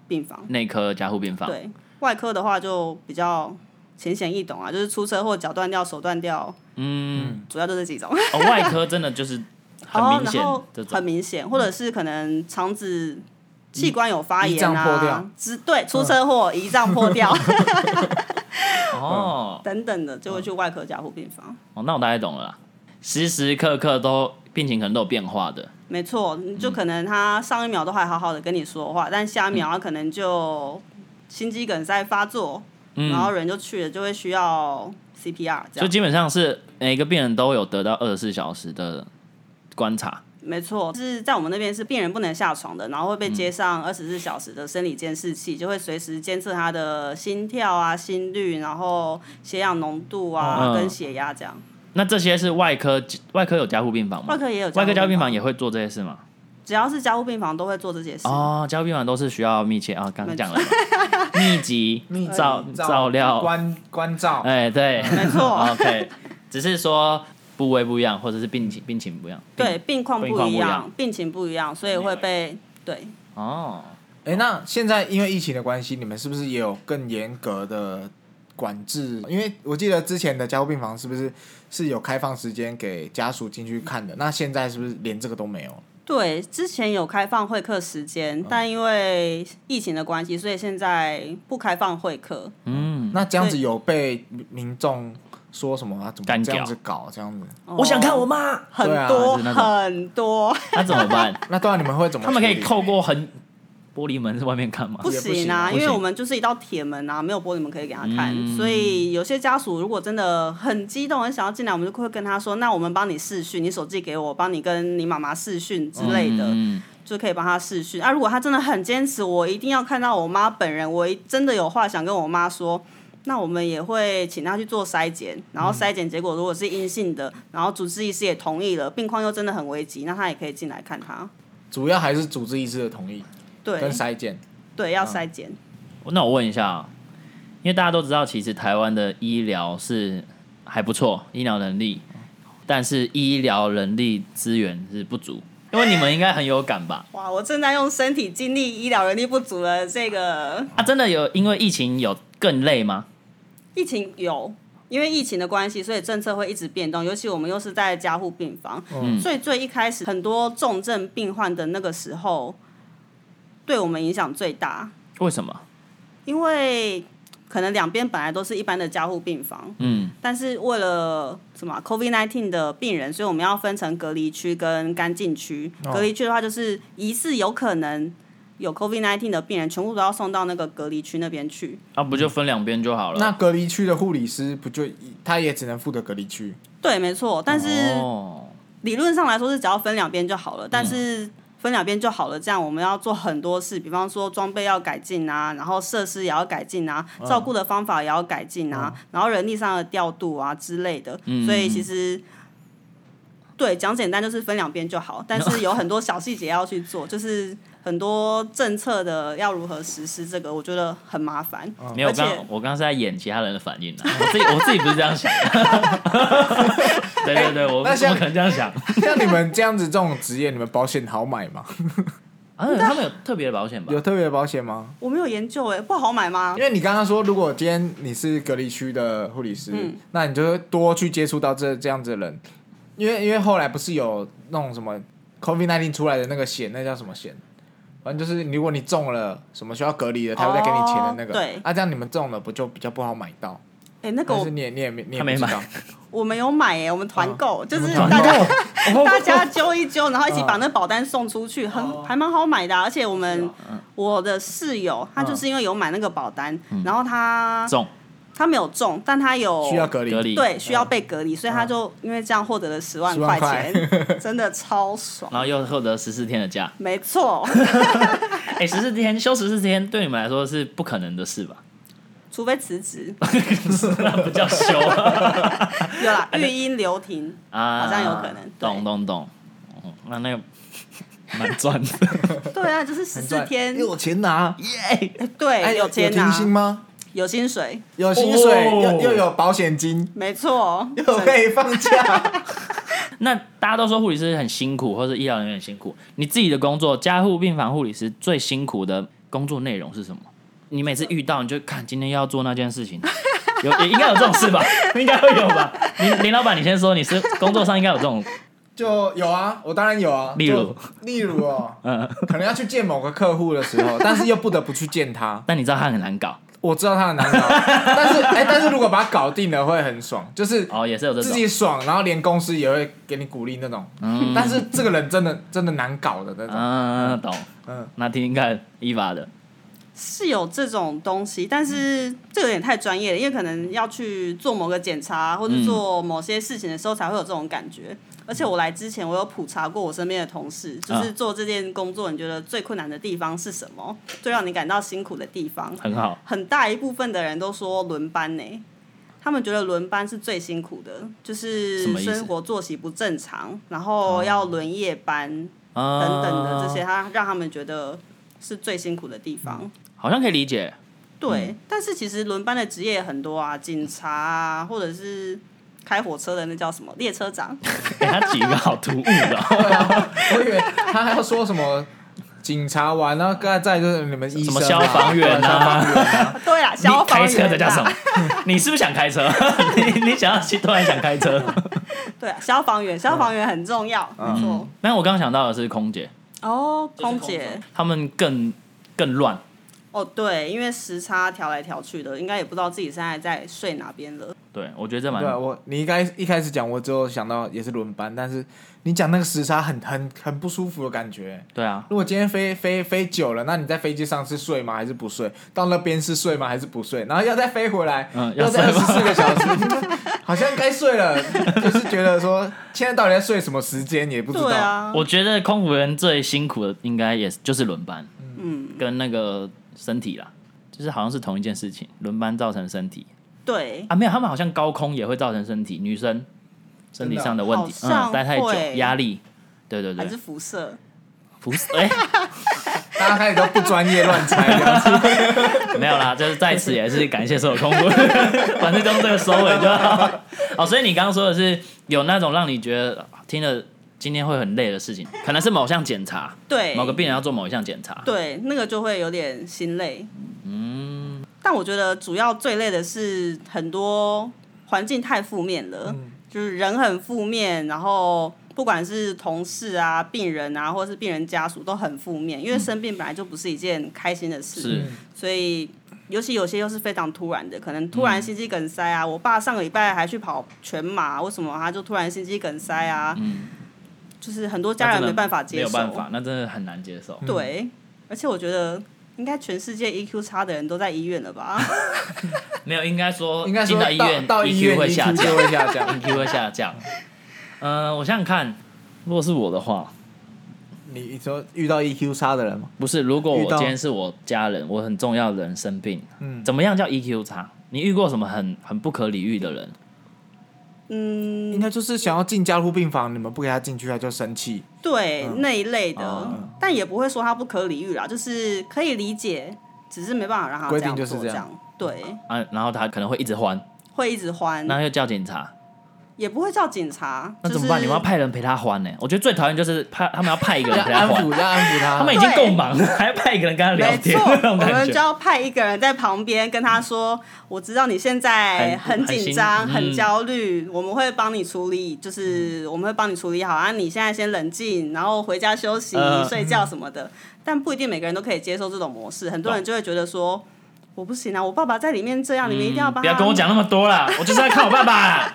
S4: 病房。
S3: 内科加护病房？
S4: 对，外科的话就比较浅显易懂啊，就是出车祸、脚断掉、手断掉，
S3: 嗯，
S4: 主要就这几种。
S3: 哦，外科真的就是很
S4: 哦，
S3: 明
S4: 然
S3: 显
S4: 后
S3: 这种嗯
S4: 很。明显，或者是可能肠子器官有发
S2: 胰
S4: 炎
S2: 脏破
S4: 啊
S2: 掉，
S4: 之对出车祸、
S3: 嗯
S4: 胰脏破
S3: (laughs)
S4: 掉
S3: 哦，
S4: 等等的，就会去外科加护病房。
S3: 哦，那我大概懂了啦，时时刻刻都病情可能都有变化的，
S4: 没错，你就可能他上一秒都还好好的跟你说
S3: 嗯
S4: 话，但下一秒他可能就心肌梗塞发作，然后
S3: 嗯，
S4: 人就去了，就会需要 CPR
S3: 就
S4: 这样。
S3: 基本上是每个病人都有得到二十四小时的观察，
S4: 没错，是在我们那边是病人不能下床的，然后会被
S3: 嗯
S4: 接上二十四小时的生理监视器，就会随时监测他的心跳啊、心率，然后血氧浓度啊、
S3: 嗯
S4: 跟血压这样。
S3: 那这些是外科，外科有加护病房吗？
S4: 外科也有
S3: 外科加护病
S4: 病
S3: 房也会做这些事吗？
S4: 只要是加护病房都会做这些事。
S3: 哦，加护病房都是需要密切啊，刚刚
S4: 没
S3: 讲了嘛密集
S2: 密集
S3: 照照料，
S2: 关关照，
S3: 哎，对，
S4: 没错
S3: (laughs) ，OK，只是说部位不一样，或者是病情病情不一样，病
S4: 对，，病况
S3: 病况
S4: 一
S3: 不一
S4: 样
S3: 样，
S4: 病情不一样，所以会被对。
S3: 哦，
S2: 哎、那现在因为疫情的关系，你们是不是也有更严格的管制？因为我记得之前的加护病房是不是是有开放时间给家属进去看的？那现在是不是连这个都没有？
S4: 对，之前有开放会客时间，
S3: 嗯
S4: 但因为疫情的关系，所以现在不开放会客。
S3: 嗯，
S2: 那这样子有被民民众说什么啊？怎么
S3: 干
S2: 这样
S3: 掉
S2: 子搞？这样子，
S4: 哦
S3: 我想看我妈，
S4: 很
S2: 对啊
S4: 多、
S3: 是那种
S4: 很多，
S3: (laughs) 那怎么办？
S2: 那对啊，你们会怎么
S3: 他
S2: 处理？
S3: 们可以透过很玻璃门在外面看吗？
S4: 不行啊，
S2: 不行
S4: 因为我们就是一道铁门啊，没有玻璃门可以给他看，
S3: 嗯
S4: 所以有些家属如果真的很激动，很想要进来，我们就会跟他说，那我们帮你视讯，你手机给我，帮你跟你妈妈视讯之类的，
S3: 嗯，
S4: 就可以帮他视讯。啊，如果他真的很坚持，我一定要看到我妈本人，我一真的有话想跟我妈说。那我们也会请他去做筛检，然后筛检结果如果是阴性的，然后主治医师也同意了，病况又真的很危急，那他也可以进来看他。
S2: 主要还是主治医师的同意
S4: 对
S2: 跟筛检。
S4: 对，要筛检。
S3: 那我问一下啊，因为大家都知道，其实台湾的医疗是还不错，医疗能力，但是医疗人力资源是不足，因为你们应该很有感吧？
S4: 哇，我正在用身体经历医疗人力不足的这个
S3: 啊，真的有因为疫情有更累吗？
S4: 疫情有，因为疫情的关系，所以政策会一直变动。尤其我们又是在加护病房，
S3: 嗯
S4: 最最一开始很多重症病患的那个时候，对我们影响最大，
S3: 为什么？
S4: 因为可能两边本来都是一般的加护病房，
S3: 嗯，
S4: 但是为了什么啊 COVID 1 9的病人，所以我们要分成隔离区跟干净区。
S2: 哦
S4: 隔离区的话，就是疑似有可能有 COVID 1 9的病人，全部都要送到那个隔离区那边去。
S3: 啊，不就分两边就好了？
S2: 那隔离区的护理师不就一他也只能负责隔离区？
S4: 对，没错。但是
S3: 哦，
S4: 理论上来说是只要分两边就好了，但是。分两边就好了，这样我们要做很多事，比方说装备要改进啊，然后设施也要改进啊，照顾的方法也要改进啊，然后人力上的调度啊之类的。
S3: 嗯
S4: 所以其实对讲简单就是分两边就好，但是有很多小细节要去做，就是很多政策的要如何实施，这个我觉得很麻烦。
S3: 没有，
S4: 而且
S3: 刚我刚刚是在演其他人的反应啊，我自己我自己不是这样想的。对对对，我
S2: 那
S3: 怎
S2: 像
S3: 么可能这样
S2: (laughs)
S3: 想？
S2: 像你们这样子这种职业，你们保险好买吗？
S3: 啊，他们有特别的保险吧
S2: 有？特别的保险吗？
S4: 我没有研究哎、不好买吗
S2: 因？为你刚刚说，如果今天你是隔离区的护理师，
S4: 嗯
S2: 那你就会多去接触到这这样子的人，因为因为后来不是有那种什么 COVID 1 9出来的那个险，那叫什么险？反正就是如果你中了什么需要隔离的，他会再给你钱的那个。
S4: 哦对
S2: 啊，这样你们中了不就比较不好买到？
S4: 哎、那个
S2: 但
S4: 我
S2: 是你也你也没你也
S3: 他没
S2: 不知道
S3: 买，
S4: 我没有买哎、我们团购、就是
S2: 团
S4: 大家
S2: 购
S4: 大家揪一揪，然后一起把那保单送出去，很
S2: 哦
S4: 还蛮好买的啊、而且我们
S2: 嗯
S4: 我的室友他就是因为有买那个保单，然后他
S3: 中
S4: 他没有中，但他有
S2: 嗯需要隔离，
S3: 隔离，
S4: 对需要被隔离，所以他就因为这样获得了十万
S2: 10
S4: 块
S2: 万 (laughs)
S4: 钱，真的超爽。
S3: 然后又获得十四天的假。
S4: 没
S2: (laughs)
S4: 错，
S3: 哎，十四天休十四天，对你们来说是不可能的事吧？ (laughs)
S4: 除非辞职，
S3: 那不叫休
S4: 有啦，
S2: 哎
S4: 育婴留停，
S3: 啊，
S4: (laughs) 好像有可能对
S3: 懂懂懂，哦那那个蛮赚的。
S4: 对啊，就是十
S2: 很
S4: 四
S2: 赚
S4: 天，
S2: 有钱拿，哎，
S4: 对，
S2: 有
S4: 有钱
S2: 有
S4: 拿
S2: 停，薪吗？
S4: 有薪水，
S2: 有薪水，
S3: 哦
S2: 又又有保险金，
S4: 没
S2: (laughs)
S4: 错，
S2: 又可以放
S4: (laughs)
S2: 假。
S3: 那大家都说护理师很辛苦，或者医疗人员很辛苦。你自己的工作，加护病房护理师最辛苦的工作内容是什么？你每次遇到你就看今天要做那件事情， (laughs) 有也应该有这种事吧？应该会有吧？林林老板，你先说，你是工作上应该有这种
S2: 就有啊，我当然有啊。
S3: 例如
S2: 就，例如哦，
S3: 嗯，
S2: 可能要去见某个客户的时候，但是又不得不去见他。
S3: 但你知道他很难搞
S2: 我知道他很难
S3: (laughs)
S2: 搞，但是哎、但是如果把他搞定了，会很爽，就是
S3: 哦，也是有这
S2: 自
S3: 种，
S2: 己爽，然后连公司也会给你鼓励那种。
S3: 嗯
S2: 但是这个人真的真的难搞的那种。
S3: 嗯，懂。
S2: 嗯，
S3: 那听听看伊娃的，
S4: 是有这种东西，但是
S3: 嗯
S4: 这有点太专业了，因为可能要去做某个检查或者
S3: 嗯
S4: 做某些事情的时候才会有这种感觉。而且我来之前，我有普查过我身边的同事，
S3: 啊
S4: 就是做这件工作，你觉得最困难的地方是什么？最让你感到辛苦的地方？
S3: 很好，
S4: 很大一部分的人都说轮班呢、他们觉得轮班是最辛苦的，就是
S3: 什么意思哦
S4: 生活作息不正常，然后要轮夜班
S3: 嗯，
S4: 等等的这些，他让他们觉得是最辛苦的地方。
S3: 好像可以理解。
S4: 对，
S3: 嗯
S4: 但是其实轮班的职业也很多啊，警察啊，或者是开火车的那叫什么列车长，
S3: 欸、他举一个好突兀的哦、
S2: (laughs) 我以为他还要说什么警察完，然后刚才再就是你们医
S3: 什
S2: 生、啊
S3: 么消防员
S2: 对消防
S3: 啊，
S4: 对啦，
S3: 你 (laughs)
S4: 消防
S3: 开
S4: 员、啊、
S3: 车的叫什么？ (laughs) 你是不是想开车？你你想要去突然想开车？
S4: 对啊，消防
S3: 嗯
S4: 员，消防员很重要，没错。
S3: 那我刚刚想到的是空姐，
S4: 哦，空
S1: 就是空
S4: 姐
S1: 中，
S3: 他们更更乱，
S4: 哦，对，因为时差调来调去的，应该也不知道自己现在在睡哪边了。
S3: 对我觉得这蛮
S2: 对啊，我你应该一开始讲，我只有想到也是轮班，但是你讲那个时差很很很不舒服的感觉。
S3: 对啊，
S2: 如果今天飞飞飞久了，那你在飞机上是睡吗？还是不睡？到那边是睡吗？还是不睡？然后要再飞回来，
S3: 嗯要
S2: 要再二十
S3: 睡吗
S2: 四个小时， (laughs) 好像该睡了，就是觉得说现在到底在睡什么时间也不知道。
S4: 对啊，
S3: 我觉得空服员最辛苦的应该也是就是轮班，
S4: 嗯，
S3: 跟那个身体啦，就是好像是同一件事情，轮班造成身体
S4: 对，
S3: 啊，没有，他们好像高空也会造成身体，女生身体上的问题，
S4: 真的哦
S3: 嗯，待太久
S4: 好像会
S3: 压力，对对
S4: 还是
S3: 对，
S4: 辐射。
S3: 不是， (laughs) 哎、
S2: 大家开始都不专业乱猜
S4: (laughs)
S2: 了，
S3: (laughs) 没有啦，就是在此也是感谢所有空服， (laughs) 反正就用这个收尾就好。哦，所以你刚刚说的是有那种让你觉得啊听了今天会很累的事情，可能是某项检查，
S4: 对，
S3: 某个病人要做某一项检查，
S4: 对，那个就会有点心累。嗯，但我觉得主要最累的是很多环境太负面了，就是人很负面，然后不管是同事啊、病人啊，或者是病人家属都很负面，因为生病本来就不是一件开心的事，
S3: 嗯是
S4: 所以。尤其有些又是非常突然的，可能突
S3: 嗯
S4: 然心肌梗塞啊！我爸上个礼拜还去跑全马，为什么他就突然心肌梗塞啊？就是很多家人没办法
S3: 嗯
S4: 接
S3: 没
S4: 受，嗯
S3: 有办法，那真的很难接受。
S4: 对，而且我觉得应该全世界 EQ 差的人都在医院了吧？
S3: 没有，应该说
S2: 应该
S3: 进
S2: 说
S3: 到医院
S2: 到医院
S3: EQ 会下
S2: EQ
S3: 降
S2: 就会下降。
S3: ，EQ 会下降。嗯、我想想看，如果是我的话，
S2: 你你说遇到 EQ 差的人吗？
S3: 不是，如果
S2: 遇
S3: 我
S2: 到
S3: 今天是我家人，我很重要的人生病，
S2: 嗯
S3: 怎么样叫 EQ 差？你遇过什么很很不可理喻的人？
S2: 应该就是想要进加护病房，你们不给他进去，他就生气。
S4: 对，那一类的，
S2: 嗯
S4: 但也不会说他不可理喻啦，就是可以理解，只是没办法让他
S2: 规
S4: 这
S2: 定
S4: 样
S2: 就是
S4: 做
S2: 这样
S4: 对，
S3: 啊，然后他可能会一直还，
S4: 会一直还，
S3: 那又叫警察，
S4: 也不会叫警察。
S3: 那
S4: 嗯就
S3: 怎么办？
S4: 是
S3: 你们要派人陪他还呢、我觉得最讨厌就是派他们要派一个
S4: (laughs)
S2: 要
S3: 人陪他
S2: 安
S3: 还，
S2: 抚，要安抚他。
S3: 他们 (laughs) 已经够忙了，还要派一个人跟他聊
S4: 没
S3: 天
S4: 错，
S3: 那种
S4: 我
S3: 感
S4: 们就
S3: 觉。
S4: 要派一个人在旁边跟他说：“我知道你现在
S3: 很
S4: 很紧
S3: 很
S4: 张、
S3: 心
S4: 很
S3: 嗯
S4: 焦虑，我们会帮你处理，就是我们会帮你处理好啊。你现在先冷静，然后回家休息、
S3: 呃
S4: 睡觉什么的。”但不一定每个人都可以接受这种模式，很多人
S3: 哦
S4: 就会觉得说：“我不行啊，我爸爸在里面这样，你们一定要
S3: 嗯
S4: 帮
S3: 不
S4: 他。”
S3: 要跟我。讲那么多啦，我就是在看我爸爸
S4: (laughs)
S3: 啦。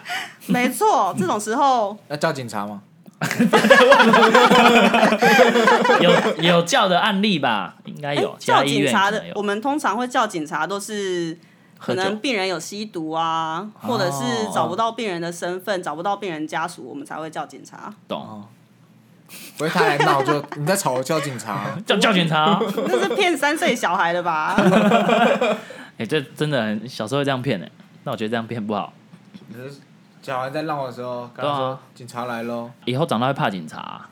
S3: (laughs)
S4: 没
S3: 嗯
S4: 错，这种时候
S2: 要叫警察吗？
S3: 有有叫的案例吧？应该
S4: 哎
S3: 有，其
S4: 叫
S3: 他医
S4: 警
S3: 院
S4: 察
S3: 可
S4: 的
S3: 能，
S4: 我
S3: 有。
S4: 们通常会叫警察都是
S3: 喝
S4: 可能
S3: 酒哦
S4: 病人有吸毒啊，或者是找不到病人的身份，找不到病人家属，我们才会叫警察。 (laughs)
S2: 哦
S3: 懂，
S2: 不会他来闹就你在吵，我叫警察、
S3: 叫叫警察哦。
S4: (laughs) 那是骗三岁小孩的
S3: (laughs)
S4: 吧？
S3: 哎，这真的很小时候会这样骗呢，那我觉得这样骗不好。
S2: 你是小孩在闹的时候，跟
S3: 对
S2: 他
S3: 啊
S2: 说、警察来喽。
S3: 以后长大会怕警察啊，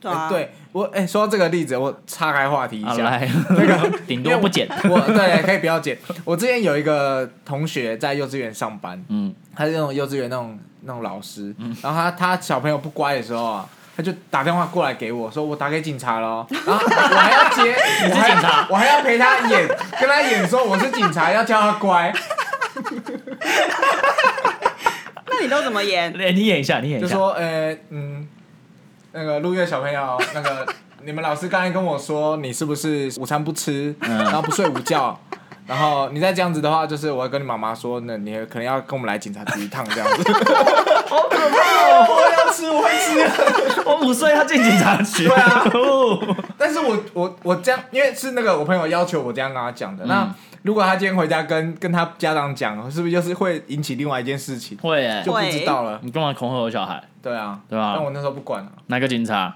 S4: 对啊，
S2: 哎对我哎、说到这个例子，我岔开话题一
S3: 啊
S2: 下。
S3: 来，
S2: 那个
S3: (laughs) 顶多不剪。
S2: 我对 (laughs) 可以不要剪。我之前有一个同学在幼稚园上班，
S3: 嗯，
S2: 他是那种幼稚园那种那种老师，然后他他小朋友不乖的时候啊。他就打电话过来给我，说我打给警察了哦，
S3: (laughs)
S2: 然后我还要接，我还
S3: 警察
S2: 我还要陪他演，跟他演说我是警察，要叫他乖，
S4: 那你都怎么演？
S3: 哎，你演一下，你演一
S2: 就
S3: 下。
S2: 说呃嗯，那个陆月小朋 (laughs) 友，那个你们老师刚才跟我说，你是不是午餐不吃，然后不睡午觉，然后你再这样子的话，就是我要跟你妈妈说，那你可能要跟我们来警察局一趟这样子。 (laughs) 好可怕哦！我要吃，我会吃。
S3: 我五岁要进警察局，
S2: 对啊
S3: (laughs) 哦
S2: (laughs) 但是我我我这样，因为是那个我朋友要求我这样跟他讲的。那如果他今天回家跟跟他家长讲，是不是就是会引起另外一件事情？
S3: 会哎、
S2: 就不知道了。
S3: 你干嘛恐吓我小孩？
S2: 对啊，
S3: 对啊
S2: 但我那时候不管了，
S3: 哪个警察？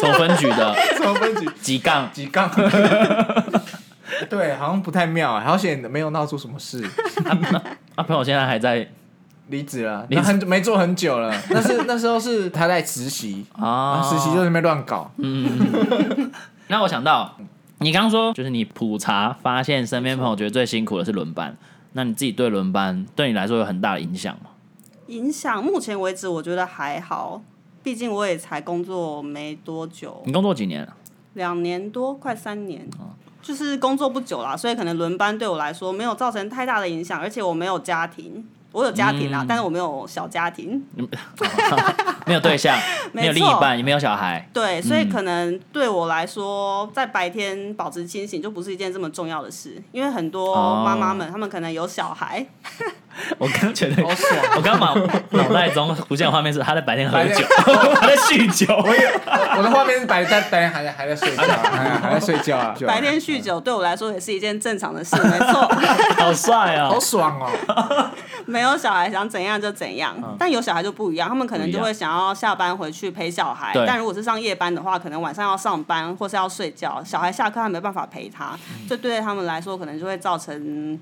S3: 什么分局的？
S2: (laughs) 什么分局
S3: 几 (laughs) 杠？
S2: 几杠？ (laughs) 对，好像不太妙啊，好险没有闹出什么事，
S3: 啊，朋友现在还在
S2: 离职了，
S3: (laughs) 离职
S2: 那很没做很久了。但是 (laughs) 那时候是他在实习，
S3: 啊
S2: 然后实习就在那边乱搞，
S3: 那我想到，你刚刚说就是你普查发现身边朋友觉得最辛苦的是轮班，那你自己对轮班对你来说有很大的影响吗？
S4: 影响目前为止我觉得还好，毕竟我也才工作没多久，
S3: 你工作几年 (laughs) 了？
S4: 两年多快三年，
S3: 哦
S4: 就是工作不久啦，所以可能轮班对我来说没有造成太大的影响，而且我没有家庭。我有家庭啊，
S3: 嗯
S4: 但是我没有小家庭，
S3: 没有对象，
S4: 没错
S3: 没有另一半，也没有小孩。
S4: 对，所以可能对我来说，在白天保持清醒就不是一件这么重要的事，因为很多
S3: 哦
S4: 妈妈们，她们可能有小孩，
S3: 我刚觉得，
S2: (laughs) 好爽。
S3: 我刚脑脑袋中浮现的画面是他在白天喝
S2: 白天
S3: 酒， (laughs) 他在酗酒。
S2: 我的画面是白在白天还在还在
S3: (laughs)
S2: 睡觉啊，还在还在睡觉啊，就
S4: 白天酗酒对我来说也是一件正常的事，没错。
S3: 好帅哦
S2: 好！爽哦，
S4: 没有小孩想怎样就怎样，但有小孩就不一样，他们可能
S3: 嗯不
S4: 就
S3: 一
S4: 会
S3: 样
S4: 想要下班回去陪小孩
S3: 对。
S4: 但如果是上夜班的话，可能晚上要上班或是要睡觉，小孩下课他没办法陪他，
S3: 嗯
S4: 这对他们来说可能就会造成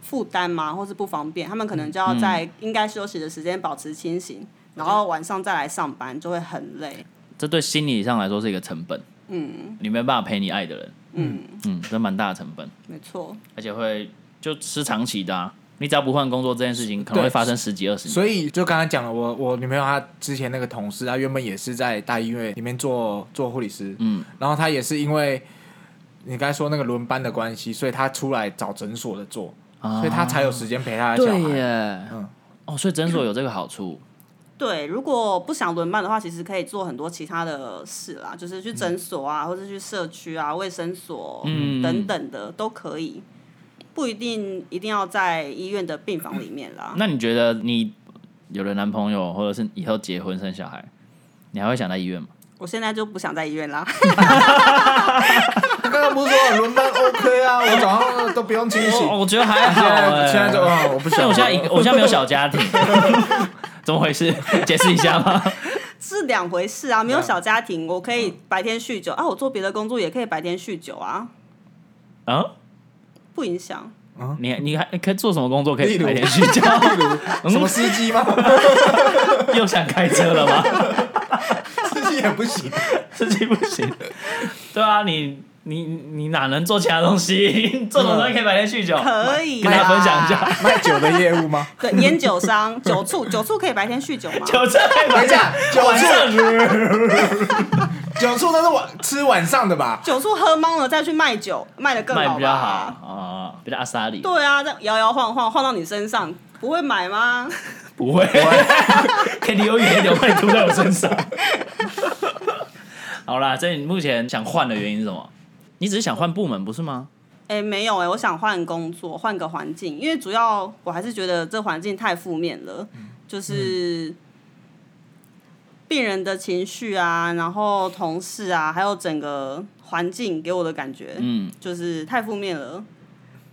S4: 负担嘛，或是不方便。他们可能就要
S3: 嗯
S4: 在应该休息的时间保持清醒，然后晚上再来上班就会很累。
S3: 这对心理上来说是一个成本。嗯，你没办法陪你爱的人。
S4: 嗯，
S3: 嗯，这蛮大的成本，
S4: 没错，
S3: 而且会就吃长期的、啊。你只要不换工作，这件事情可能会
S2: 对
S3: 发生十几二十年。
S2: 所以就刚才讲了，我我女朋友她之前那个同事，她原本也是在大医院里面做做护理师，
S3: 嗯，
S2: 然后她也是因为你刚才说那个轮班的关系，所以她出来找诊所的做，
S3: 啊
S2: 所以她才有时间陪她的小
S3: 对
S2: 孩。
S3: 耶，
S2: 嗯
S3: 哦，所以诊所有这个好处，
S4: 对，如果不想轮班的话，其实可以做很多其他的事啦，就是去诊所啊，或者去社区啊、卫生所、
S3: 嗯
S4: 等等的都可以，不一定一定要在医院的病房里面啦。
S3: 那你觉得你有了男朋友，或者是以后结婚生小孩，你还会想在医院吗？
S4: 我现在就不想在医院啦， (laughs)
S2: 她刚刚不是说轮班 OK 啊，我早上都不用清醒，
S3: 哦我我觉得还
S2: 现
S3: 好哎、
S2: 在现在就啊，我不
S3: 因为
S2: 想。
S3: 我现在一个，我现在没有小家庭， (laughs) 怎么回事？解释一下吗？
S4: 是两回事啊。没有小家庭，我可
S3: 嗯
S4: 以白天酗酒啊，我做别的工作也可以白天酗酒啊，
S3: 啊，
S4: 不影响。
S3: 你你还可以做什么工作？可
S2: 啊 (laughs) 例
S3: 以
S2: 如
S3: 白天睡觉，
S2: 什
S3: 嗯
S2: 么司机吗？
S3: (laughs) 又想开车了吗？ (laughs)
S2: 司机也不行。
S3: 自己不行，对啊，你你你哪能做其他东西？ (laughs) 做什么东西可以白天酗酒？
S4: 可以
S3: 哦跟大家
S4: 啦
S3: 分享一下， (laughs)
S2: 卖酒的业务吗？
S4: 对，烟酒商、酒醋，酒醋可以白天酗酒
S3: (laughs)
S4: 吗？
S3: 酒醉，
S2: 等一下，酒
S3: 啊晚
S2: 醋
S3: 上
S2: 酒醋都是晚吃晚上的吧？
S4: 酒醋喝懵了再去卖酒，卖的更
S3: 卖
S4: 好吧？
S3: 比较好啊，比较阿萨里，
S4: 对啊，这样摇摇晃晃晃到你身上，不会买吗？
S3: 不会， (laughs) 可以离我远一点，不然你吐在我身上。 (laughs) 好啦，所以你目前想换的原因是什么？你只是想换部门不是吗？
S4: 哎、没有哎、我想换工作，换个环境，因为主要我还是觉得这环境太负面了，
S3: 嗯
S4: 就是病人的情绪啊，然后同事啊，还有整个环境给我的感觉，
S3: 嗯，
S4: 就是太负面了。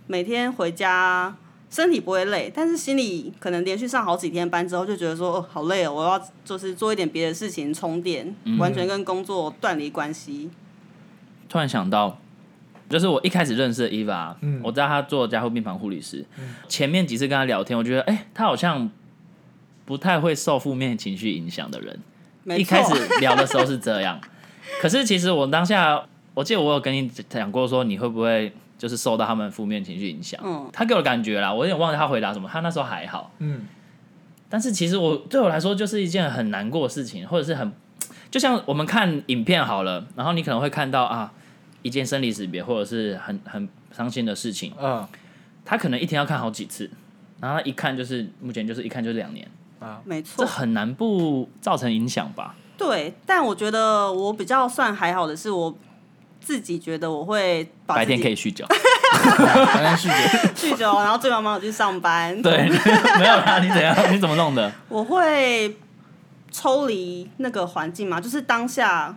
S4: 每天回家身体不会累，但是心里可能连续上好几天班之后，就觉得说哦好累哦，我要就是做一点别的事情充电，
S3: 嗯
S4: 完全跟工作断离关系。
S3: 突然想到，就是我一开始认识的 Eva，、
S2: 嗯
S3: 我知道她做加护病房护理师，
S4: 嗯
S3: 前面几次跟她聊天，我觉得哎、她好像不太会受负面情绪影响的人。
S4: 没
S3: 一
S4: 错
S3: 开始聊的时候是这
S4: (laughs)
S3: 样，可是其实我当下，我记得我有跟你讲过，说你会不会就是受到他们负面情绪影响？
S4: 嗯
S3: 他给我的感觉啦，我有点忘记他回答什么，他那时候还好，
S2: 嗯，
S3: 但是其实我对我来说就是一件很难过的事情，或者是很，就像我们看影片好了，然后你可能会看到啊，一件生离死别或者是很很伤心的事情，
S2: 嗯
S3: 他可能一天要看好几次，然后他一看就是目前就是一看就是两年，
S2: 啊，
S4: 没
S3: 这
S4: 错，
S3: 很难不造成影响吧？
S4: 对，但我觉得我比较算还好的是，我自己觉得我会把
S3: 白
S4: 自
S3: 天
S4: 己
S3: 可以酗酒， (laughs)
S2: 反正是的，
S4: 酗酒，然后最晚帮我去上班。
S3: 对，没有啦，你怎样？你怎么弄的？
S4: 我会抽离那个环境嘛，就是当下，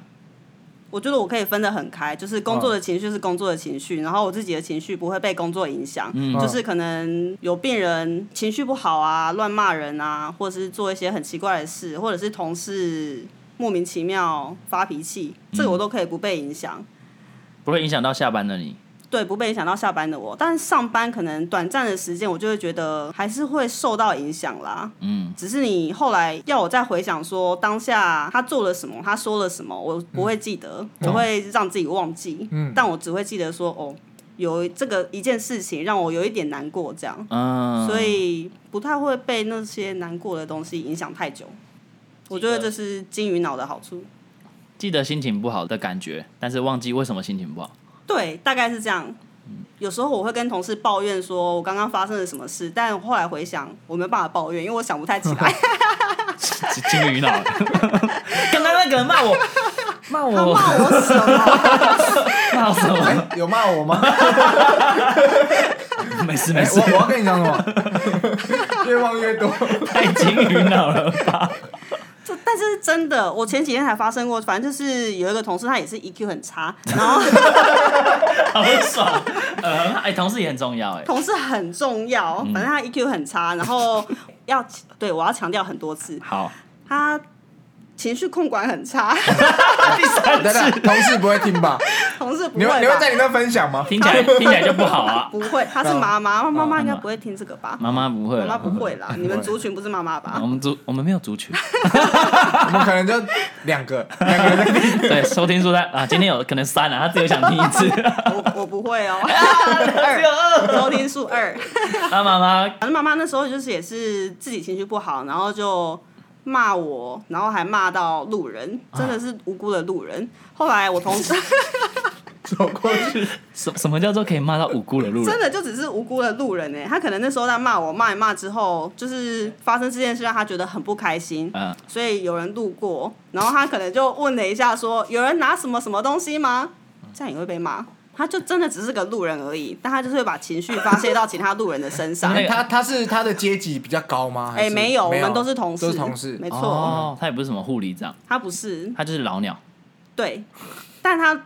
S4: 我觉得我可以分得很开，就是工作的情绪是工作的情绪，然后我自己的情绪不会被工作影响，
S3: 嗯
S4: 就是可能有病人情绪不好啊，乱骂人啊，或者是做一些很奇怪的事，或者是同事莫名其妙发脾气，这
S3: 嗯
S4: 个我都可以不被影响。
S3: 不会影响到下班的你。
S4: 对，不被影响到下班的我，但是上班可能短暂的时间，我就会觉得还是会受到影响啦。
S3: 嗯，
S4: 只是你后来要我再回想说当下他做了什么，他说了什么，我不会记得，我会让自己忘记，
S2: 嗯
S4: 但我只会记得说哦，有这个一件事情让我有一点难过，这样，
S3: 嗯，
S4: 所以不太会被那些难过的东西影响太久。我觉得这是金鱼脑的好处，
S3: 记得心情不好的感觉，但是忘记为什么心情不好。
S4: 对，大概是这样。有时候我会跟同事抱怨说，我刚刚发生了什么事，但后来回想，我没办法抱怨，因为我想不太起来。
S3: (laughs) 金鱼脑，刚刚那个人骂
S4: (laughs)
S3: 我，骂
S4: 他
S3: 我，
S4: 骂我什么？
S3: 骂我什么？
S2: 哎有骂我吗？
S3: (laughs) 没 (laughs) 事没
S2: 哎
S3: 事
S2: 我，我要跟你讲什么？
S3: (laughs)
S2: 越忘越多。
S3: 太金鱼脑了吧？
S4: 这但是真的，我前几天还发生过，反正就是有一个同事，他也是 EQ 很差，然后
S3: (laughs) 好爽， (laughs) 呃，哎，同事也很重要哎，
S4: 同事很重要，反正他 EQ 很差，然后要 (laughs) 对我要强调很多次，
S3: 好，
S4: 他情绪控管很差， (laughs)
S3: 第三
S2: 等等，
S3: 次，
S2: 同事不会听吧？
S4: 同事不
S2: 你
S4: 会
S2: 会你会在
S4: 吧？
S2: 你那分享吗？
S3: 听起来听起来就不好啊，
S4: 不会，他是妈妈，哦妈妈应该不会听这个吧？
S3: 妈妈不会
S4: 妈
S3: 了，
S4: 妈不会啊啦，你们族群不是妈妈吧
S3: 我？们族我们没有族群，
S2: 我们可能就两个，两个人在听。
S3: (laughs) 对，收听数在啊，今天有可能三了，他只有想听一次， (laughs)
S4: (laughs) 我我不会哦，二收听数二。
S3: 他啊妈妈
S4: 反正妈妈那时候就是也是自己情绪不好，然后就骂我，然后还骂到路人，真的是无辜的路人。后来我同事
S2: 走过去，
S3: 什什么叫做可以骂到无辜的路
S4: (laughs) 真
S3: 人？
S4: 的就只是无辜的路人哎、他可能那时候在骂我，骂一骂之后，就是发生这件事让他觉得很不开心，
S3: 嗯，
S4: 所以有人路过，然后他可能就问了一下说，有人拿什么什么东西吗？这样也会被骂。他就真的只是个路人而已，但他就是会把情绪发泄到其他路人的身
S3: (laughs)
S4: 上。
S3: 那
S2: 哎
S3: 个
S2: 他他是他的阶级比较高吗？还
S4: 哎、
S2: 是
S4: 没有，我们都是同事，
S2: 都是同事
S4: 没。错。
S3: 哦，他也不是什么护理长，
S4: 他不是，
S3: 他就是老鸟，
S4: 对，但他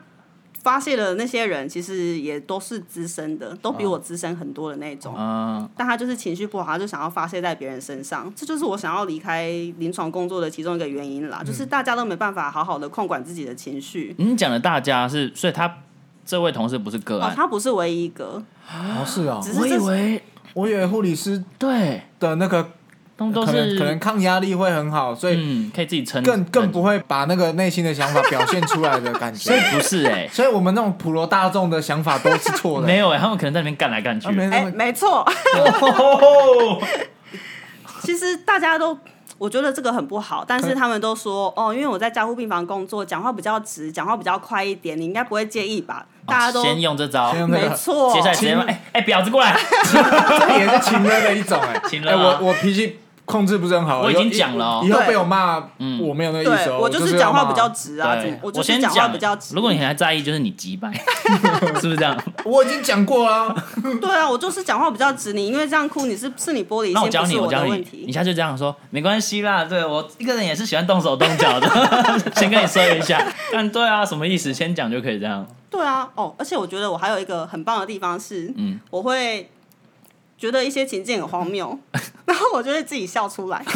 S4: 发泄的那些人其实也都是资深的，都比我资深很多的那种。
S3: 嗯，
S4: 但他就是情绪不好，他就想要发泄在别人身上，这就是我想要离开临床工作的其中一个原因
S3: 嗯
S4: 啦。就是大家都没办法好好的控管自己的情绪。
S3: 你嗯讲的大家是，所以他这位同事不是个
S4: 哦
S3: 案，，
S4: 他不是唯一一个，
S2: 哦，是哦，
S4: 只是
S3: 我以
S4: 这
S3: 为
S2: 我以为护理师
S3: 对，
S2: 的那个
S3: 他们都
S2: 可能
S3: 是
S2: 可能抗压力会很好，所以
S3: 嗯，可以自己撑，
S2: 更更
S3: 撑
S2: 不，会把那个内心的想法表现出来的感
S3: 所以
S2: 觉。
S3: 不是哎、
S2: (laughs) 所以我们那种普罗大众的想法都是错的。
S3: 没有哎、他们可能在那边干来干去
S2: 啊，，没
S4: 哎、
S2: 那么
S4: 没错， (laughs)
S3: 哦
S4: 其实大家都。我觉得这个很不好，但是他们都说哦，因为我在加护病房工作，讲话比较直，讲话比较快一点，你应该不会介意吧？大家都
S3: 哦先用这招，
S2: 先用
S4: 没错，
S3: 接下来直接骂，哎哎、婊子过
S4: (laughs)
S3: 来，
S2: 这也是情勒的一种哎、
S3: 情勒
S2: 哎、
S3: 啊
S2: 我我脾气控制不是很好，
S3: 我已
S2: 以后
S3: 经讲了哦
S2: 以后
S4: 对
S2: 被我骂，
S3: 嗯
S2: 我没有那个意思
S4: 对
S2: 哦，
S4: 我
S2: 就
S4: 就是
S2: 要
S4: 讲话
S2: 骂
S4: 比较直啊，怎
S3: 对
S4: 么，我就
S3: 我先
S4: 是讲话比较直。
S3: 如果你还在意，就是你急
S4: (laughs)
S3: 败，是不是这样？
S2: 我已经讲过啊，
S4: 对啊，我就是讲话比较直，你因为这样哭，你是是你玻璃心，
S3: 那我教你，
S4: 不
S3: 我
S4: 是
S3: 教
S4: 的
S3: 你
S4: 问，
S3: 你
S4: 题。
S3: 下次就这样说，没关系啦，对我一个人也是喜欢动手动脚的， (laughs) 先跟你说一下。但对啊，什么意思？先讲就可以这样。
S4: 对啊，哦，而且我觉得我还有一个很棒的地方是，
S3: 嗯
S4: 我会觉得一些情境很
S3: (laughs)
S4: 荒谬，然后我就会自己笑出来。 (laughs)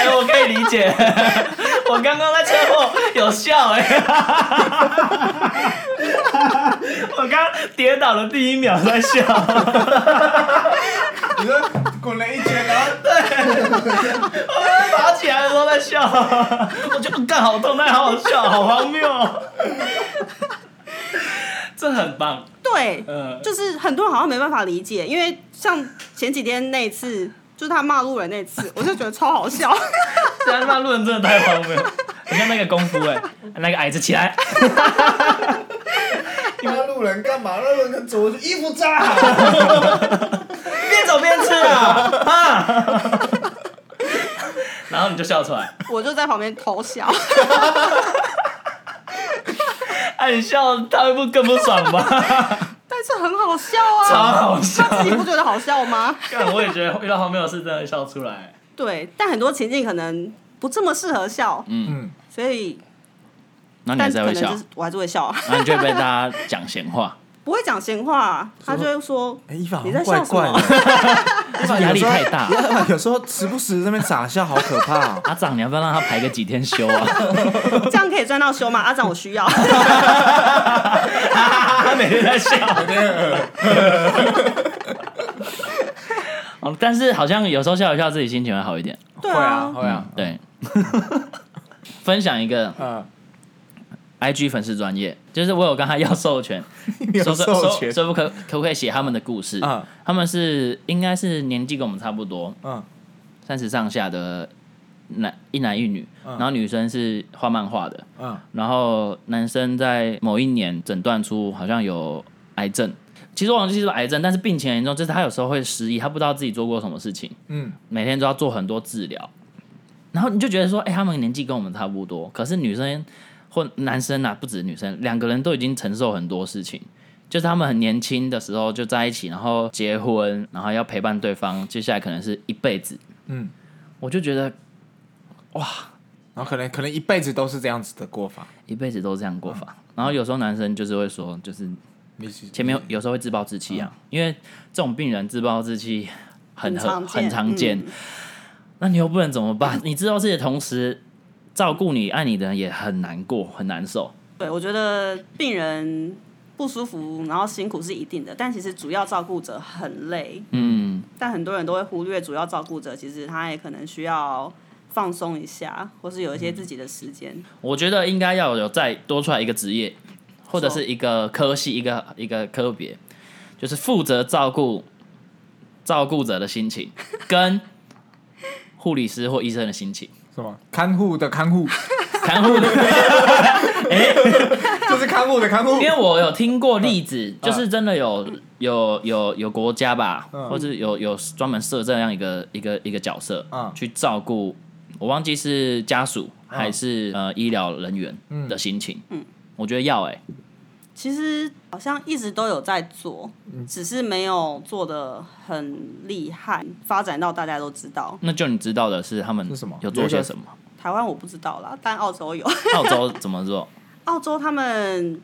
S3: 哎、我可以理解。我刚刚在车祸有笑哎、我刚跌倒的第一秒在笑，
S2: 你说滚了一圈，啊
S4: (laughs)
S2: 然后
S3: 我刚爬起来的时候在笑，我觉得干好痛，但好好笑，好荒谬哦。这很棒，
S4: 对，
S3: 呃，
S4: 就是很多人好像没办法理解，因为像前几天那一次，就是他骂路人那次，我就觉得超好笑。 (laughs)
S3: 但那路人真的太荒谬，你看那个功夫哎、那个矮子起来，
S2: 骂路人干嘛？路人走过去，衣服扎好，
S3: (laughs) 边走边吃啊，啊！然后你就笑出来，
S4: 我就在旁边偷笑。 (laughs)
S3: 哎，你笑他会不更不爽吗？
S4: 但是很好笑
S3: 超
S4: 啊，
S3: 好笑，
S4: (laughs) 他自己不觉得好笑吗？
S3: (laughs) 干我也觉得遇到荒谬的事真的会笑出来。
S4: 对，但很多情境可能不这么适合笑，
S2: 嗯，
S4: 所以
S3: 然后你还
S4: 但
S3: 是
S4: 可
S3: 会
S4: 能
S3: 笑
S4: 就，是我还是会笑啊， (laughs)
S3: 然后你就会被大家讲闲话，
S4: 不会讲闲话啊，他就会
S3: (laughs)
S4: 说
S2: 哎，伊凡好
S4: 你
S2: 像
S4: 在
S2: 怪
S4: 笑什
S2: 怪
S4: 么？
S2: 的，
S3: 就是压力太大
S2: 有。时候， (laughs) 有时候时不时在那边傻笑，好可怕哦。
S3: 阿长，你要不要让他排个几天休
S4: (laughs)
S3: 啊？
S4: 哦这样可以赚到休吗？阿长，我需要。
S3: (laughs)
S4: (laughs)
S3: 他每天在笑。哦，但是好像有时候笑一笑，自己心情会好一点。
S4: 对
S2: 会啊，
S4: 啊，
S2: 会啊，
S3: 对。 (laughs) 分享一个
S2: 嗯，
S3: IG 粉丝专业，就是我有跟他要授 (laughs) 权，
S2: (laughs) 有
S3: 说说
S2: 授
S3: 说
S2: 权，
S3: 说不可可不可以写他们的故事？
S2: 嗯
S3: 他们是应该是年纪跟我们差不多，
S2: 嗯
S3: 三十上下的男一男一女，然后女生是画漫画的，
S2: 嗯，
S3: 然后男生在某一年诊断出好像有癌症，其实我忘记是不是癌症，但是病情很严重，就是他有时候会失忆，他不知道自己做过什么事情，
S2: 嗯，
S3: 每天都要做很多治疗，然后你就觉得说，哎、他们年纪跟我们差不多，可是女生或男生啊，不止女生，两个人都已经承受很多事情。就是他们很年轻的时候就在一起，然后结婚，然后要陪伴对方，接下来可能是一辈子。
S2: 嗯，
S3: 我就觉得
S2: 然后可能可能一辈子都是这样子的过法。
S3: 一辈子都这样过法。然后有时候男生就是会说，就是
S2: 你是
S3: 前面有有时候会自暴自弃啊，因为这种病人自暴自弃很
S4: 很常见
S3: 很常见。那你又不能怎么办？你知道自己的同时，照顾你、爱你的人也很难过、很难受。
S4: 对，我觉得病人不舒服，然后辛苦是一定的，但其实主要照顾者很累，
S3: 嗯，
S4: 但很多人都会忽略主要照顾者，其实他也可能需要放松一下，或是有
S3: 嗯
S4: 一些自己的时间。
S3: 我觉得应该要有再多出来一个职业，或者是一个科系、一个一个科别，就是负责照顾照顾者的心情，跟护理师或医生的心情，
S2: 什么看护的看护，
S3: 看护的。
S2: 就是看护的看护
S3: (laughs) 因。为我有听过例
S2: 嗯
S3: 子，就是真的有有有有国家吧，
S2: 嗯
S3: 或者有有专门设这样一个一个一个角色
S2: 嗯，
S3: 去照顾，我忘记是家属还是
S2: 嗯
S3: 呃医疗人员的心情。我觉得要哎，
S4: 其实好像一直都有在做，
S3: 嗯
S4: 只是没有做的很厉害，发展到大家都知道。
S3: 那就你知道的是他们
S2: 是什么
S3: 有做些什么？
S4: 台湾我不知道啦，但澳洲有。 (laughs)
S3: 澳洲怎么做？
S4: 澳洲他们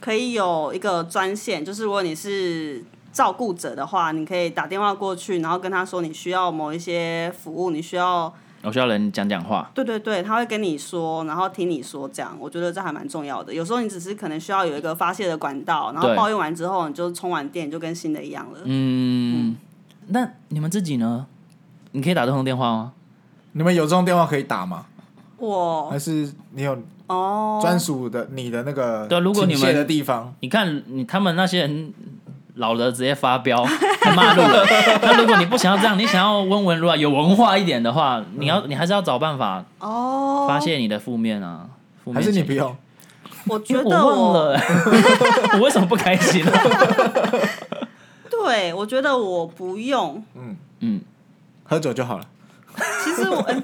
S4: 可以有一个专线，就是如果你是照顾者的话，你可以打电话过去，然后跟他说你需要某一些服务，你需要
S3: 我需要人讲讲话。
S4: 对对对，他会跟你说，然后听你说这样，我觉得这还蛮重要的。有时候你只是可能需要有一个发泄的管道，然后
S3: 对
S4: 抱怨完之后，你就充完电，你就跟新的一样了。
S3: 嗯，那你们自己呢？你可以打这通电话吗？
S2: 你们有这种电话可以打吗？
S4: 我
S2: 还是你有
S4: 哦，
S2: 专属的你的那个
S3: 对啊如果你们
S2: 倾泻的地方，
S3: 你看你他们那些人老了直接发飙， (laughs) 还骂路
S4: (laughs)
S3: 人。那如果你不想要这样，你想要温文儒雅、有文化一点的话，你要你还是要找办法
S4: 嗯哦，
S3: 发泄你的负面啊。负
S2: 还
S3: 面
S2: 是你
S3: 情
S2: 不
S3: 绪？
S2: 用？
S4: 我
S3: 因
S4: 觉
S3: 为
S4: 得
S3: 我忘了、 (laughs) 我为什么不开心呢、
S4: (laughs) 对我觉得我不用，
S3: 嗯，
S2: 喝酒就好了。
S4: 其
S3: (laughs)
S4: 实我、哎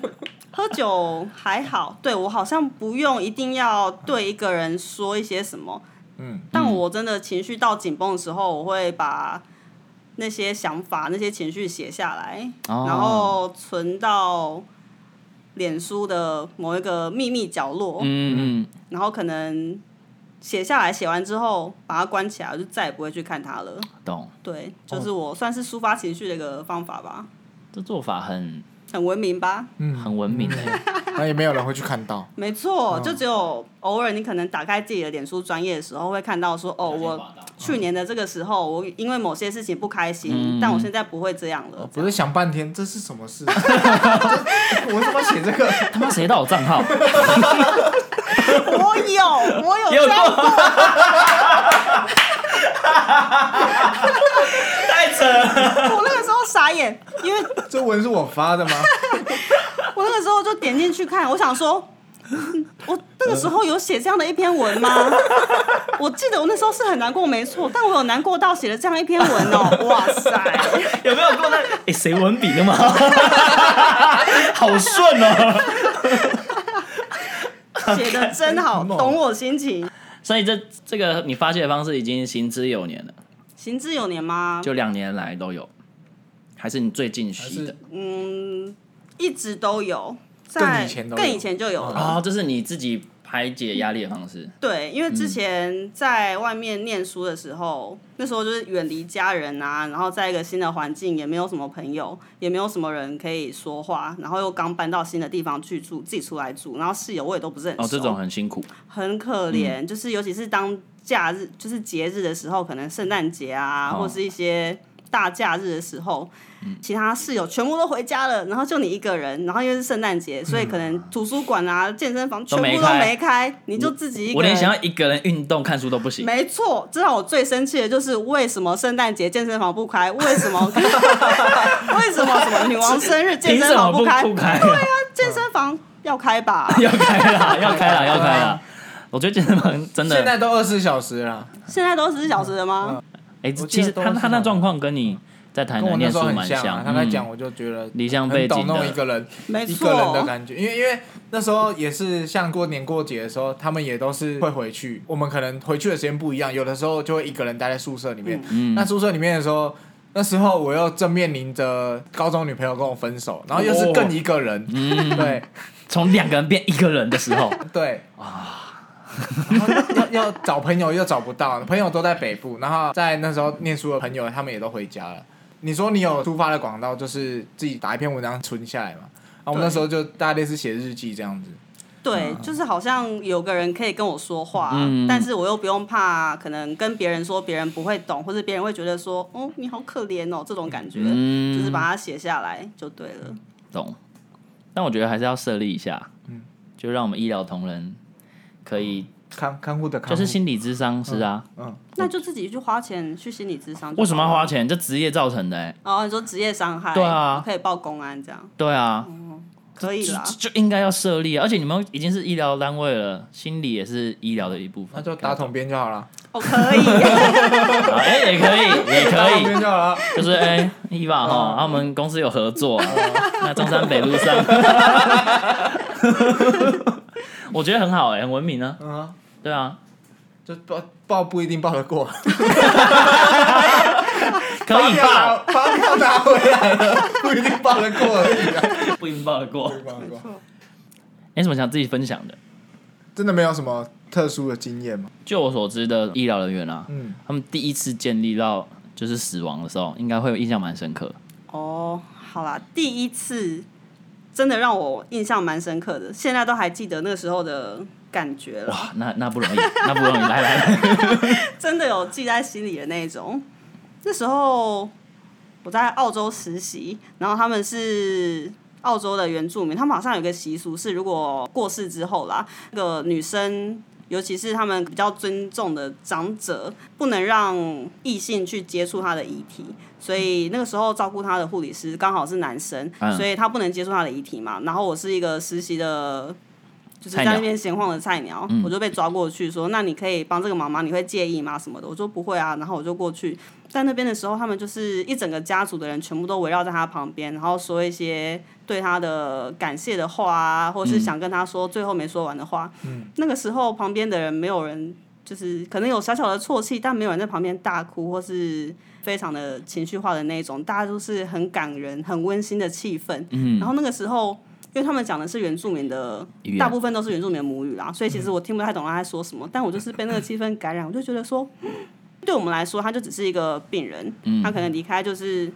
S4: 喝酒还好，对我好像不用一定要对一个人说一些什么。
S2: 嗯，
S4: 但我真的情绪到紧绷的时候，我会把那些想法、那些情绪写下来，
S3: 哦
S4: 然后存到脸书的某一个秘密角落，
S3: 嗯嗯，
S4: 然后可能写下来，写完之后把它关起来，我就再也不会去看它了。
S3: 懂。
S4: 对，就是我算是抒发情绪的一个方法吧，
S3: 这做法很
S4: 很文明吧。
S3: 很文明的、
S2: 嗯
S4: 嗯
S2: 那也没有人会去看
S3: (laughs)
S2: 到。
S4: 没错，就只有偶尔你可能打开自己的脸书专业的时候，会看到说，哦，我去年的这个时候，我因为某些事情不开心，
S3: 嗯
S4: 但我现在不会这样
S2: 我
S4: 了。
S2: 不是想半天，这是什
S3: (laughs)
S2: 么事？这 (laughs) 我怎么写这个？
S3: 他妈谁盗我账号？
S4: (laughs) 我有，我
S3: 有
S4: 有这样
S3: 过，太扯了。
S4: 我那个时候傻眼，因为
S2: 这文是我发的吗？
S4: 我那个时候就点进去看，我想说，嗯我那那个时候有写这样的一篇文吗？我记得我那时候是很难过，没错，但我有难过到写了这样一篇文哦，哇塞！
S3: 有没有过那？哎、谁文笔那
S4: (laughs)
S3: 么好？好顺哦、
S4: (laughs) 写的真好，
S2: 很猛
S4: 懂我心情。
S3: 所以这这个你发泄的方式已经行之有年了，
S4: 行之有年吗？
S3: 就两年来都有，还是你最近
S2: 还
S3: 期
S2: 是
S3: 的？
S4: 一直都有，在
S2: 更以前都有嗯
S4: 更以前就有了。
S3: 哦，这是你自己排解压力的方式。
S4: 对，因为之前在外面念书的时
S2: 嗯
S4: 候，那时候就是远离家人啊，然后在一个新的环境，也没有什么朋友，也没有什么人可以说话，然后又刚搬到新的地方去住，自己出来住，然后室友我也都不是很熟，
S3: 哦，这种很辛苦。
S4: 很
S3: 嗯
S4: 可怜，就是尤其是当假日，就是节日的时候，可能圣诞节啊，
S3: 哦嗯
S4: 或是一些大假日的时候，其他室友全部都回家了，然后就你一个人，然后又是圣诞节，所以可能图书馆啊、健身房
S3: 嗯都
S4: 全部
S3: 没
S4: 都
S3: 开
S4: 没开，你就自己一
S3: 我
S4: 个
S3: 连想
S4: 人。
S3: 要一个人运动、看书都不行。
S4: 没错，这让我最生气的就是为什么圣诞节健身房不开？为什么？ (laughs) 为什么什么女王生日健
S3: 凭
S4: 身
S3: 什么
S4: 房
S3: 不
S4: 开？啊
S3: 不开、啊？
S4: 健身房要开吧？
S3: (laughs) 要开啦，要开啦，要开
S4: 啊
S3: 啦！我觉得健身房真的
S2: 现，在都二十四小时了，
S4: 现在都十四小时了吗？
S3: 哎、
S2: 我记
S3: 其
S2: 得
S3: 实
S2: 都
S3: 他
S2: 是
S3: 他那状况跟你在台
S2: 跟我那
S3: 南念
S2: 时
S3: 书
S2: 候很
S3: 蛮
S2: 啊。
S3: 像，
S2: 他在
S3: 嗯
S2: 讲，我就觉得
S3: 离乡背
S2: 很懂
S3: 景
S2: 那种
S3: 的
S2: 一个人
S4: 没错，
S2: 一个人的感觉，因为因为那时候也是像过年过节的时候，他们也都是会回去。我们可能回去的时间不一样，有的时候就会一个人待在宿舍里面。
S3: 嗯
S2: 那宿舍里面的时候，那时候我又正面临着高中女朋友跟我分手，然后又
S3: 哦
S2: 是更一个人，
S3: 嗯
S2: 对
S3: (laughs) 从两个人变一个人的时候，
S2: 对啊。然后要要找朋友又找不到，朋友都在北部，然后在那时候念书的朋友他们也都回家了。你说你有出发的广告，就是自己打一篇文章存下来嘛？然后我们那时候就大概类似写日记这样子。
S4: 对，就是好像有个人可以跟我说话，
S3: 嗯
S4: 但是我又不用怕，可能跟别人说别人不会懂，或者别人会觉得说，哦，你好可怜哦，这种感觉，
S3: 嗯
S4: 就是把它写下来就对了。
S3: 懂。 (laughs) 但我觉得还是要设立一下，
S2: 嗯
S3: 就让我们医疗同仁可以，
S2: 看看护的看护，
S3: 就是心理智商是啊，
S2: 嗯，
S4: 那就自己去花钱去心理咨商。
S3: 为什么要花？钱？这职业造成的、欸，
S4: 哦，你说职业伤害，
S3: 对啊
S4: 可以报公安这样，
S3: 对啊，
S4: 可以
S3: 就
S4: (laughs) 啦。
S3: 就就应该要设立啊。而且你们已经是医疗单位了，心理也是医疗的一部分，
S2: 那就打统编就好了，
S4: 哦，可以，
S3: 啊，哎、也可以，也
S2: 打
S3: 可
S2: 统
S3: 以，
S2: 编就好了。
S3: 就是哎，伊娃
S2: 哦
S3: 哈，然后我们公司有合
S2: (laughs)
S3: 作啊，那中山北路上， (laughs) 我觉得很好哎、很文明啊，
S2: 嗯啊，
S3: 对啊，
S2: 就报报不一定报得
S3: (laughs)
S2: 过，
S3: 可以报，
S2: 发票拿，发票拿回来了，不一定报得过而已啊，
S3: 不一定报得过。
S2: 不一定报得过
S3: 有什么想自己分享的？
S2: 真的没有什么特殊的经验吗？
S3: 就我所知的医疗人员啊，
S2: 嗯，
S3: 他们第一次建立到就是死亡的时候，应该会有印象蛮深刻。
S4: (laughs) 哦，好啦，第一次真的让我印象蛮深刻的，现在都还记得那时候的感觉了。
S3: 哇，啊那那不容易， (laughs) 那不容易，来来来，
S4: 真的有记在心里的那一种。那时候我在澳洲实习，然后他们是澳洲的原住民，他们好像有个习俗是，如果过世之后啦，那个女生。尤其是他们比较尊重的长者，不能让异性去接触他的遗体，所以那个时候照顾他的护理师刚好是男生，
S3: 嗯
S4: 所以他不能接触他的遗体嘛。然后我是一个实习的就是在那边闲晃的菜鸟，我就被抓过去说，那你可以帮这个忙吗？你会介意吗？什么的，我说不会啊，然后我就过去。在那边的时候，他们就是一整个家族的人全部都围绕在他旁边，然后说一些对他的感谢的话啊，或是想跟他说最后没说完的话。那个时候旁边的人没有人，就是可能有小小的啜泣，但没有人在旁边大哭或是非常的情绪化的那一种，大家都是很感人、很温馨的气氛。然后那个时候，因为他们讲的是原住民的
S3: 嗯语言，嗯
S4: 大部分都是原住民的母语啦，所以其实我听不太懂他在说什么，但我就是被那个气氛感染，我就觉得说，嗯对我们来说，他就只是一个病人，
S3: 嗯
S4: 他可能离开就是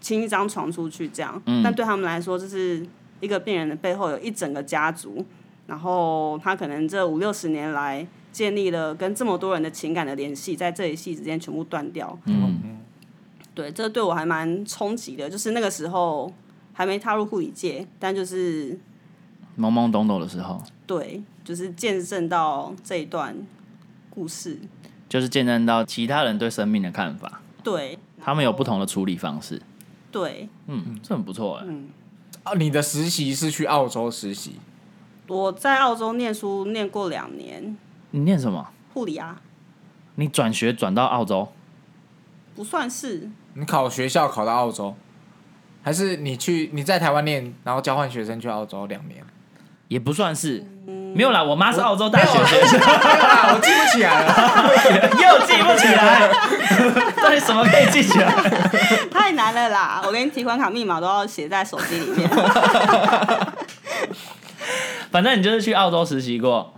S4: 清一张床出去这样，
S3: 嗯
S4: 但对他们来说，就是一个病人的背后有一整个家族，然后他可能这五六十年来建立了跟这么多人的情感的联系，在这一系之间全部断掉，
S3: 嗯，
S4: 对，这对我还蛮冲击的，就是那个时候还没踏入护理界，但就是
S3: 懵懵懂懂的时候，
S4: 对，就是见证到这一段故事。
S3: 就是见证到其他人对生命的看法，
S4: 对
S3: 他们有不同的处理方式。
S4: 对，
S2: 嗯
S3: 嗯，这很不错哎、
S2: 啊，你的实习是去澳洲实习，
S4: 我在澳洲念书念过两年
S3: 你念什么？
S4: 护理啊，
S3: 你转学转到澳洲？
S4: 不算是
S2: 你考学校考到澳洲，还是你去你在台湾念，然后交换学生去澳洲两年？
S3: 也不算是，
S4: 嗯
S3: 没有啦，我妈是澳洲大
S4: 啊
S3: 学学生， (laughs)
S2: 没有啦， (laughs) 我记不起来了。
S3: 又记不起来，到底什么可以记起来？
S4: 太难了啦！我连提款卡密码都要写在手机里面。
S3: 反正你就是去澳洲实习过，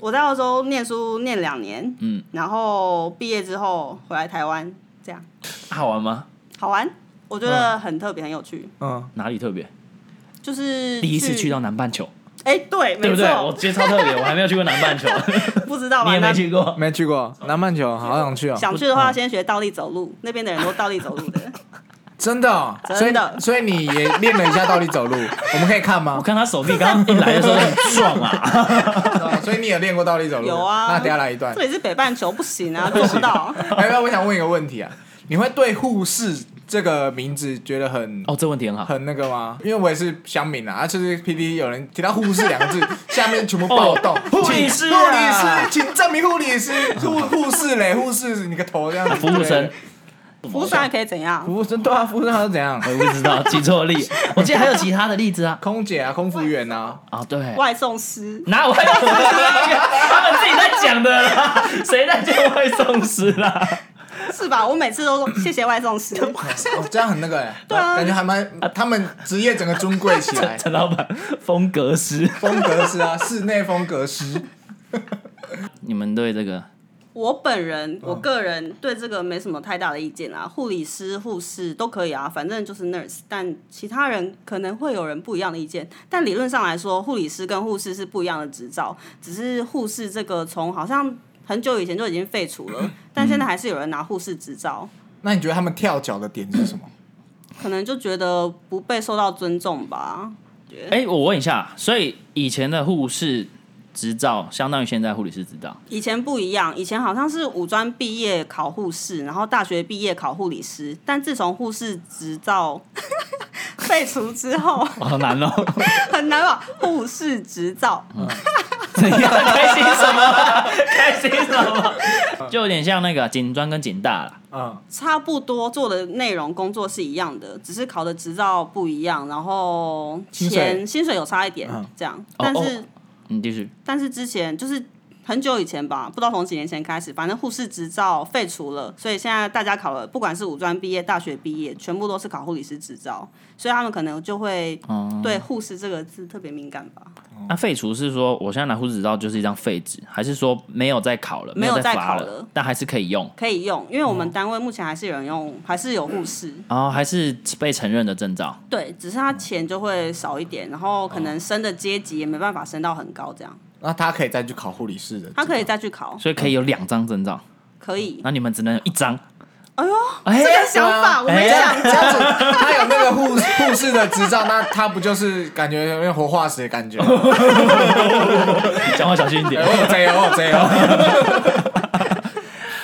S4: 我在澳洲念书念两年，
S3: 嗯，
S4: 然后毕业之后回来台湾，这样
S3: 好玩吗？
S4: 好玩，我觉得很特别，很有趣。
S2: 嗯，
S3: 哪里特别？
S4: 就是
S3: 第一次去到南半球，
S4: 哎、
S3: 对
S4: 对，没
S3: 不对？我
S4: 错，啊
S3: 觉得超特别，我还没有去过南半
S4: (laughs)
S3: 球，
S4: 不知道
S3: 你
S4: 吧？
S3: 也没
S4: 那
S3: 去嗯过。
S2: 没去过南半球，好想去哦。
S4: 想去的话，先学倒立走路，那边的人都倒立走
S3: (laughs)
S4: 路的。
S2: 真的哦，所
S4: 真
S2: 以
S4: 的
S2: 所以你也练了一下倒立 (laughs) 走路，我们可以看
S3: 我
S2: 吗？
S3: 看他手臂刚刚一来的时候很壮
S4: (laughs)
S3: 啊，
S2: 哦所以你也练过倒立走路？
S4: 有啊
S2: 那等一下来一段
S4: 这。里是北半球，不行
S3: (laughs)
S4: 啊，做不到。
S2: 哎，那我想问一个问题啊，你会对护士这个名字觉得很
S3: 哦，这问题很好。
S2: 很那个吗？因为我也是乡民啊，啊，就是 P D 有人提到护士两个字，下面全部暴动。
S3: 护理师
S2: 护理
S3: 啊
S2: 师，请证明护理师护护士嘞，护士你个头这样子。
S3: 服务生，
S4: 服务生还可以怎样？
S2: 服务生对啊，服务生他是怎样
S3: 我？也不知道记错例，我记得还有其他的例子啊。
S2: 空姐啊，空服员啊，
S3: 啊，对，
S4: 外送师，
S3: 哪有外送师啊？他们自己在讲的啦，谁在叫外送师啦？
S1: (laughs)
S4: 是吧？我每次都说谢谢外送师，
S2: 哦，这样很那个哎，
S4: 对啊
S2: 感觉还蛮他们职业整个尊贵起
S3: (laughs)
S2: 来，
S3: 陈老板，风格师，
S2: 风格师啊，室内风格师。
S3: 你们对这个
S4: 我本人我个人对这个没什么太大的意见啦，护理师、护士都可以啊，反正就是 nurse。但其他人可能会有人不一样的意见，但理论上来说，护理师跟护士是不一样的执照，只是护士这个从好像很久以前就已经废除了，但现在还是有人拿护士执照，
S2: 那你觉得他们跳脚的点是什么？
S4: 可能就觉得不被受到尊重吧。
S3: 哎、我问一下，所以以前的护士执照相当于现在护理师执照， (laughs)
S4: 以前不一样，以前好像是五专毕业考护士，然后大学毕业考护理师。但自从护士执照 (laughs) 废除之后，
S3: 哦好难哦。 (laughs)
S4: 很难吧？护士执照，
S3: 怎样？开心什么啊？开心什么？就有点像那个警专跟警大啦。
S2: 嗯，
S4: 差不多做的内容工作是一样的，只是考的执照不一样，然后
S2: 薪水
S4: 钱薪水有差一点，
S2: 嗯
S4: 这样。但是、
S3: 哦你继续。
S4: 但是之前就是很久以前吧，不知道从几年前开始，反正护士执照废除了，所以现在大家考了，不管是五专毕业、大学毕业，全部都是考护理师执照，所以他们可能就会
S3: 嗯，
S4: 对护士这个字特别敏感吧。
S2: 哦
S3: 那废除是说我现在拿护士执照就是一张废纸，还是说没有再考了，
S4: 没有
S3: 有
S4: 再
S3: 罚
S4: 考
S3: 了
S4: 了，
S3: 但还是可以用？
S4: 可以用，因为我们单位目前还是有人用，还是有护士，
S3: 然后还是被承认的证照。
S4: 对，只是他钱就会少一点，然后可能升的阶级也没办法升到很高，这样
S2: 那他可以再去考护理师的，
S4: 他可以再去考，
S3: 所以可以有两张证照，
S4: 可以。
S3: 那你们只能有一张。
S4: 哎呦，
S3: 哎
S4: 这个想法我没
S2: 这样
S4: 想
S2: 这样子，他有那个护护士的执照，那他不就是感觉有点活化石的感觉？哎
S3: 讲话小心一点。
S2: 我有贼哦，我有贼哦！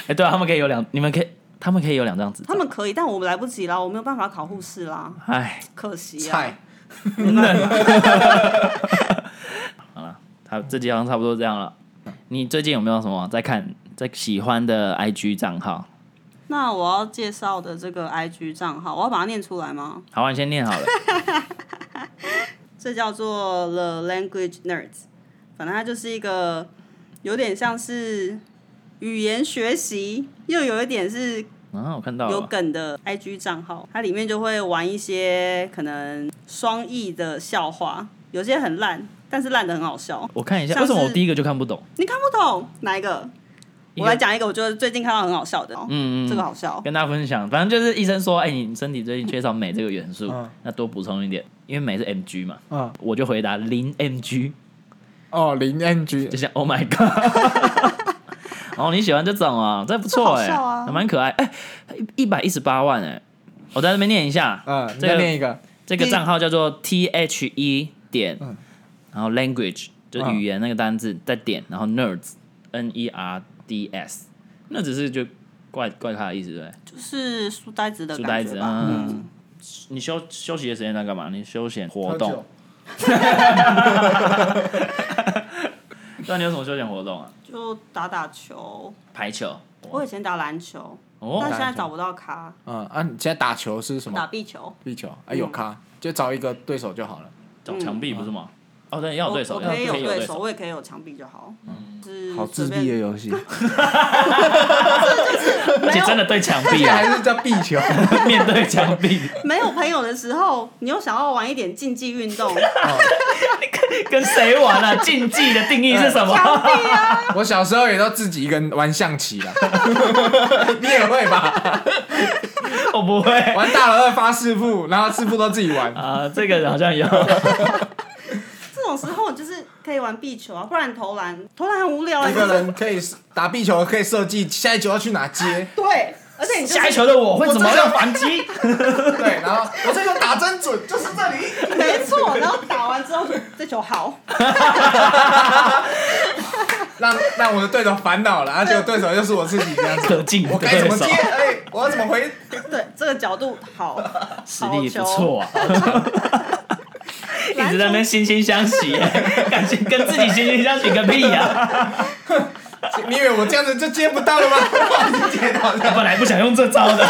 S3: 哎，对啊，他们可以有两，你们可以，他们可以有两张纸。
S4: 他们可以，但我们来不及啦，我没有办法考护士啦，
S3: 哎，
S4: 可惜啊。
S2: 菜，
S3: 好，这集好像差不多这样了。你最近有没有什么在看、在喜欢的 IG 账号？
S4: 那我要介绍的这个 IG 账号，我要把它念出来吗？
S3: 好啊，你先念
S4: (laughs)
S3: 好了。
S4: 这叫做 The Language Nerds，反正它就是一个有点像是语言学习，又有一点是
S3: 啊，我看到
S4: 有
S3: 了。
S4: 梗的 IG 账号，它里面就会玩一些可能双翼的笑话，有些很烂，但是烂的很好笑。
S3: 我看一下，
S4: 像
S3: 为什么我
S4: 是
S3: 第一个就看不懂？
S4: 你看不懂哪一个？
S3: 一个
S4: 我来讲一个，我觉得最近看到很好笑的、哦，
S3: 嗯嗯嗯
S4: 这个好笑。
S3: 跟大家分享，反正就是医生说，哎、你身体最近缺少镁这个元素，
S2: 嗯
S3: 那多补充一点，因为镁是 mg 嘛。
S2: 嗯，
S3: 我就回答零 mg，
S2: 哦，零 NG，
S3: 就像 Oh my God。哦，你喜欢这种啊？这不错哎、
S4: 这好笑啊
S3: 还蛮可爱。哎、一百一十八万哎、我在那边念一下，
S2: 嗯，你
S3: 这
S2: 再
S3: 个
S2: 念一个，
S3: 这个账号叫做 T H E 点，
S2: 嗯
S3: 然后 language 就是语言那个单字，再点，然后 nerds N E R D S，那只是就怪怪他的意思对不对？
S4: 就是书呆子的
S3: 书呆
S4: 感
S3: 子
S4: 觉吧。
S3: 嗯，你休休息的时间在干嘛？你休闲活
S2: 喝酒
S3: 动，
S1: 那你有什么休闲活动啊？
S4: 就打打球。
S1: 排球。
S4: 我以前打篮球，
S1: 哦
S4: 但现在找不到咖，
S2: 嗯啊，你现在打球是什
S4: 打
S2: 么？
S4: 壁球。
S2: 壁球啊，有咖，就找一个对手就好了。
S1: 找墙壁不是
S4: 嗯
S1: 吗？哦，
S3: (laughs)
S1: 对，要有对手，
S4: 我
S1: 嗯要
S4: 可以有
S1: 对
S4: 手，。我也可以有墙壁就好。就是
S2: 好自
S4: 随
S2: 闭的 (laughs)
S4: 便，
S2: 游戏，
S1: 而且真的对墙壁啊，
S2: 还是叫壁球？ (laughs)
S1: 面对墙壁，
S4: 没有朋友的时候，你又想要玩一点竞技运动， (laughs)
S1: 跟谁玩啊？竞技的定义是什
S3: (laughs)
S1: 么？
S4: 墙壁啊，
S2: 我小时候也都自己一个人玩象棋的， (laughs) 你也会吧？
S1: 我不会
S2: 玩大老二发四副，然后四副都自己玩。 (laughs)
S1: 啊，这个好像有。
S4: 这种时候你就是可以玩壁球啊，不然投篮，投篮很无聊啊。
S2: 一个人可以打壁球，可以设计下一球要去哪接，
S4: 对，而且你就
S1: 下一
S4: 是
S1: 球的我会怎么样反击？
S2: 对，然后
S5: 我这个打真准，就是这里。
S4: 没错，然后打完之后这球好，
S2: 让让我的对手烦恼了，而且对手又是我自己这样子，
S1: 可敬
S2: 我该怎
S1: 对
S2: 么
S1: 手
S2: 接？，哎，我要怎么回？
S4: 对，这个角度好，
S1: 实
S4: 实
S1: 力不错啊。一
S4: 篮
S1: 直在那边
S4: 球
S1: 惺惺相惜， (laughs) 感情跟自己惺惺相惜个屁呀！
S2: 你以为我这样子就接不到了吗？
S5: 接到
S1: 我
S5: 了，
S1: 本来不想用这招的，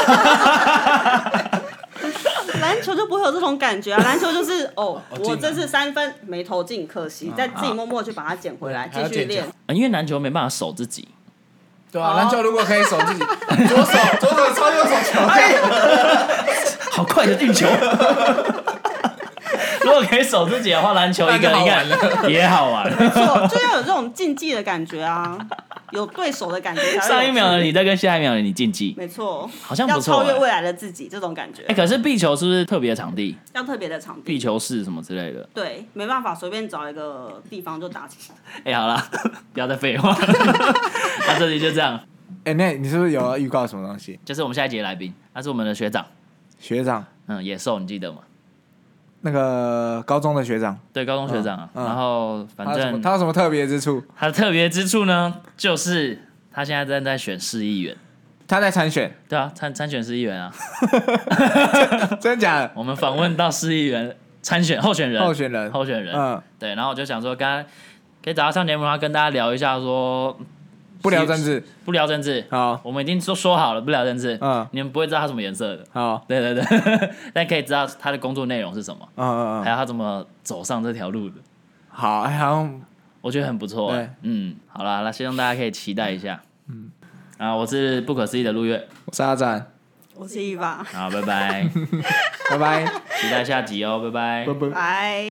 S4: (laughs) 篮球就不会有这种感
S1: (laughs)
S4: 觉啊，篮球就是哦，我这次三分没投进，可
S1: 啊
S4: 惜，再自己默默去把它捡回来，
S2: 还要
S4: 继续
S2: 捡
S4: 练。
S1: 因为篮球没办法守自己，
S2: (laughs) 对啊，篮球如果可以守自己，左手左手抄右手球，
S1: 好快的运球。 (laughs) 如果可以守自己的话，篮球一个
S2: 那就
S1: 人
S2: 好玩
S1: 看也好玩。
S4: 错，就要有这种竞技的感觉啊，有对手的感觉才会有趣。
S1: (laughs) 上一秒的你在跟下一秒的你竞技，
S4: 没错，
S1: 好像
S4: 要
S1: 不错
S4: 超
S1: 欸
S4: 越未来的自己，这种感觉
S1: 哎、可哎是壁球是不是特别的场地？
S4: 要特别的场地。
S1: 壁球室什么之类的？
S4: 对，没办法，随便找一个地方就打起来。
S1: 哎、好啦， (laughs) 不要再废话 (laughs) 了。那这里就这样，
S2: 哎、那你是不是有要预告什么东西？
S1: 就是我们下一节来宾，他是我们的学长，
S2: 学长，
S1: 嗯，野兽，你记得吗？
S2: 那个高中的学长，
S1: 对，高中学长啊。
S2: 嗯嗯
S1: 然后
S2: 他
S1: 反
S2: 有什么
S1: 正
S2: 他有什么特别之处？
S1: 他的特别之处呢，就是他现在正在选市议员。
S2: 他在参 (laughs) 选，
S1: 对啊，参参选市议员啊，
S2: 真的假的？
S1: 我们访问到市议员 (laughs) 参选候选人，
S2: 候选人
S1: 候选人，
S2: 嗯，
S1: 对，然后我就想说，刚刚可以找他上节目，然后跟大家聊一下说
S2: 不聊政治，
S1: 不聊政治，
S2: 好，
S1: 我们已经说说好了不聊政治，
S2: 嗯，
S1: 你们不会知道他什么颜色的，
S2: 好，
S1: 对对对， (laughs) 但可以知道他的工作内容是什么，
S2: 嗯嗯嗯，
S1: 还有他怎么走上这条路的，
S2: 好，哎好像
S1: 我觉得很不错、
S2: 对
S1: 嗯，好啦，那希望大家可以期待一下，嗯，啊，我是不可思议的陆月，
S2: 我是阿展，
S4: 我是伊娃，
S2: (laughs)
S1: 好，拜拜，
S2: 拜拜，
S1: 期待下集哦，拜拜
S2: 拜。拜。
S4: 拜。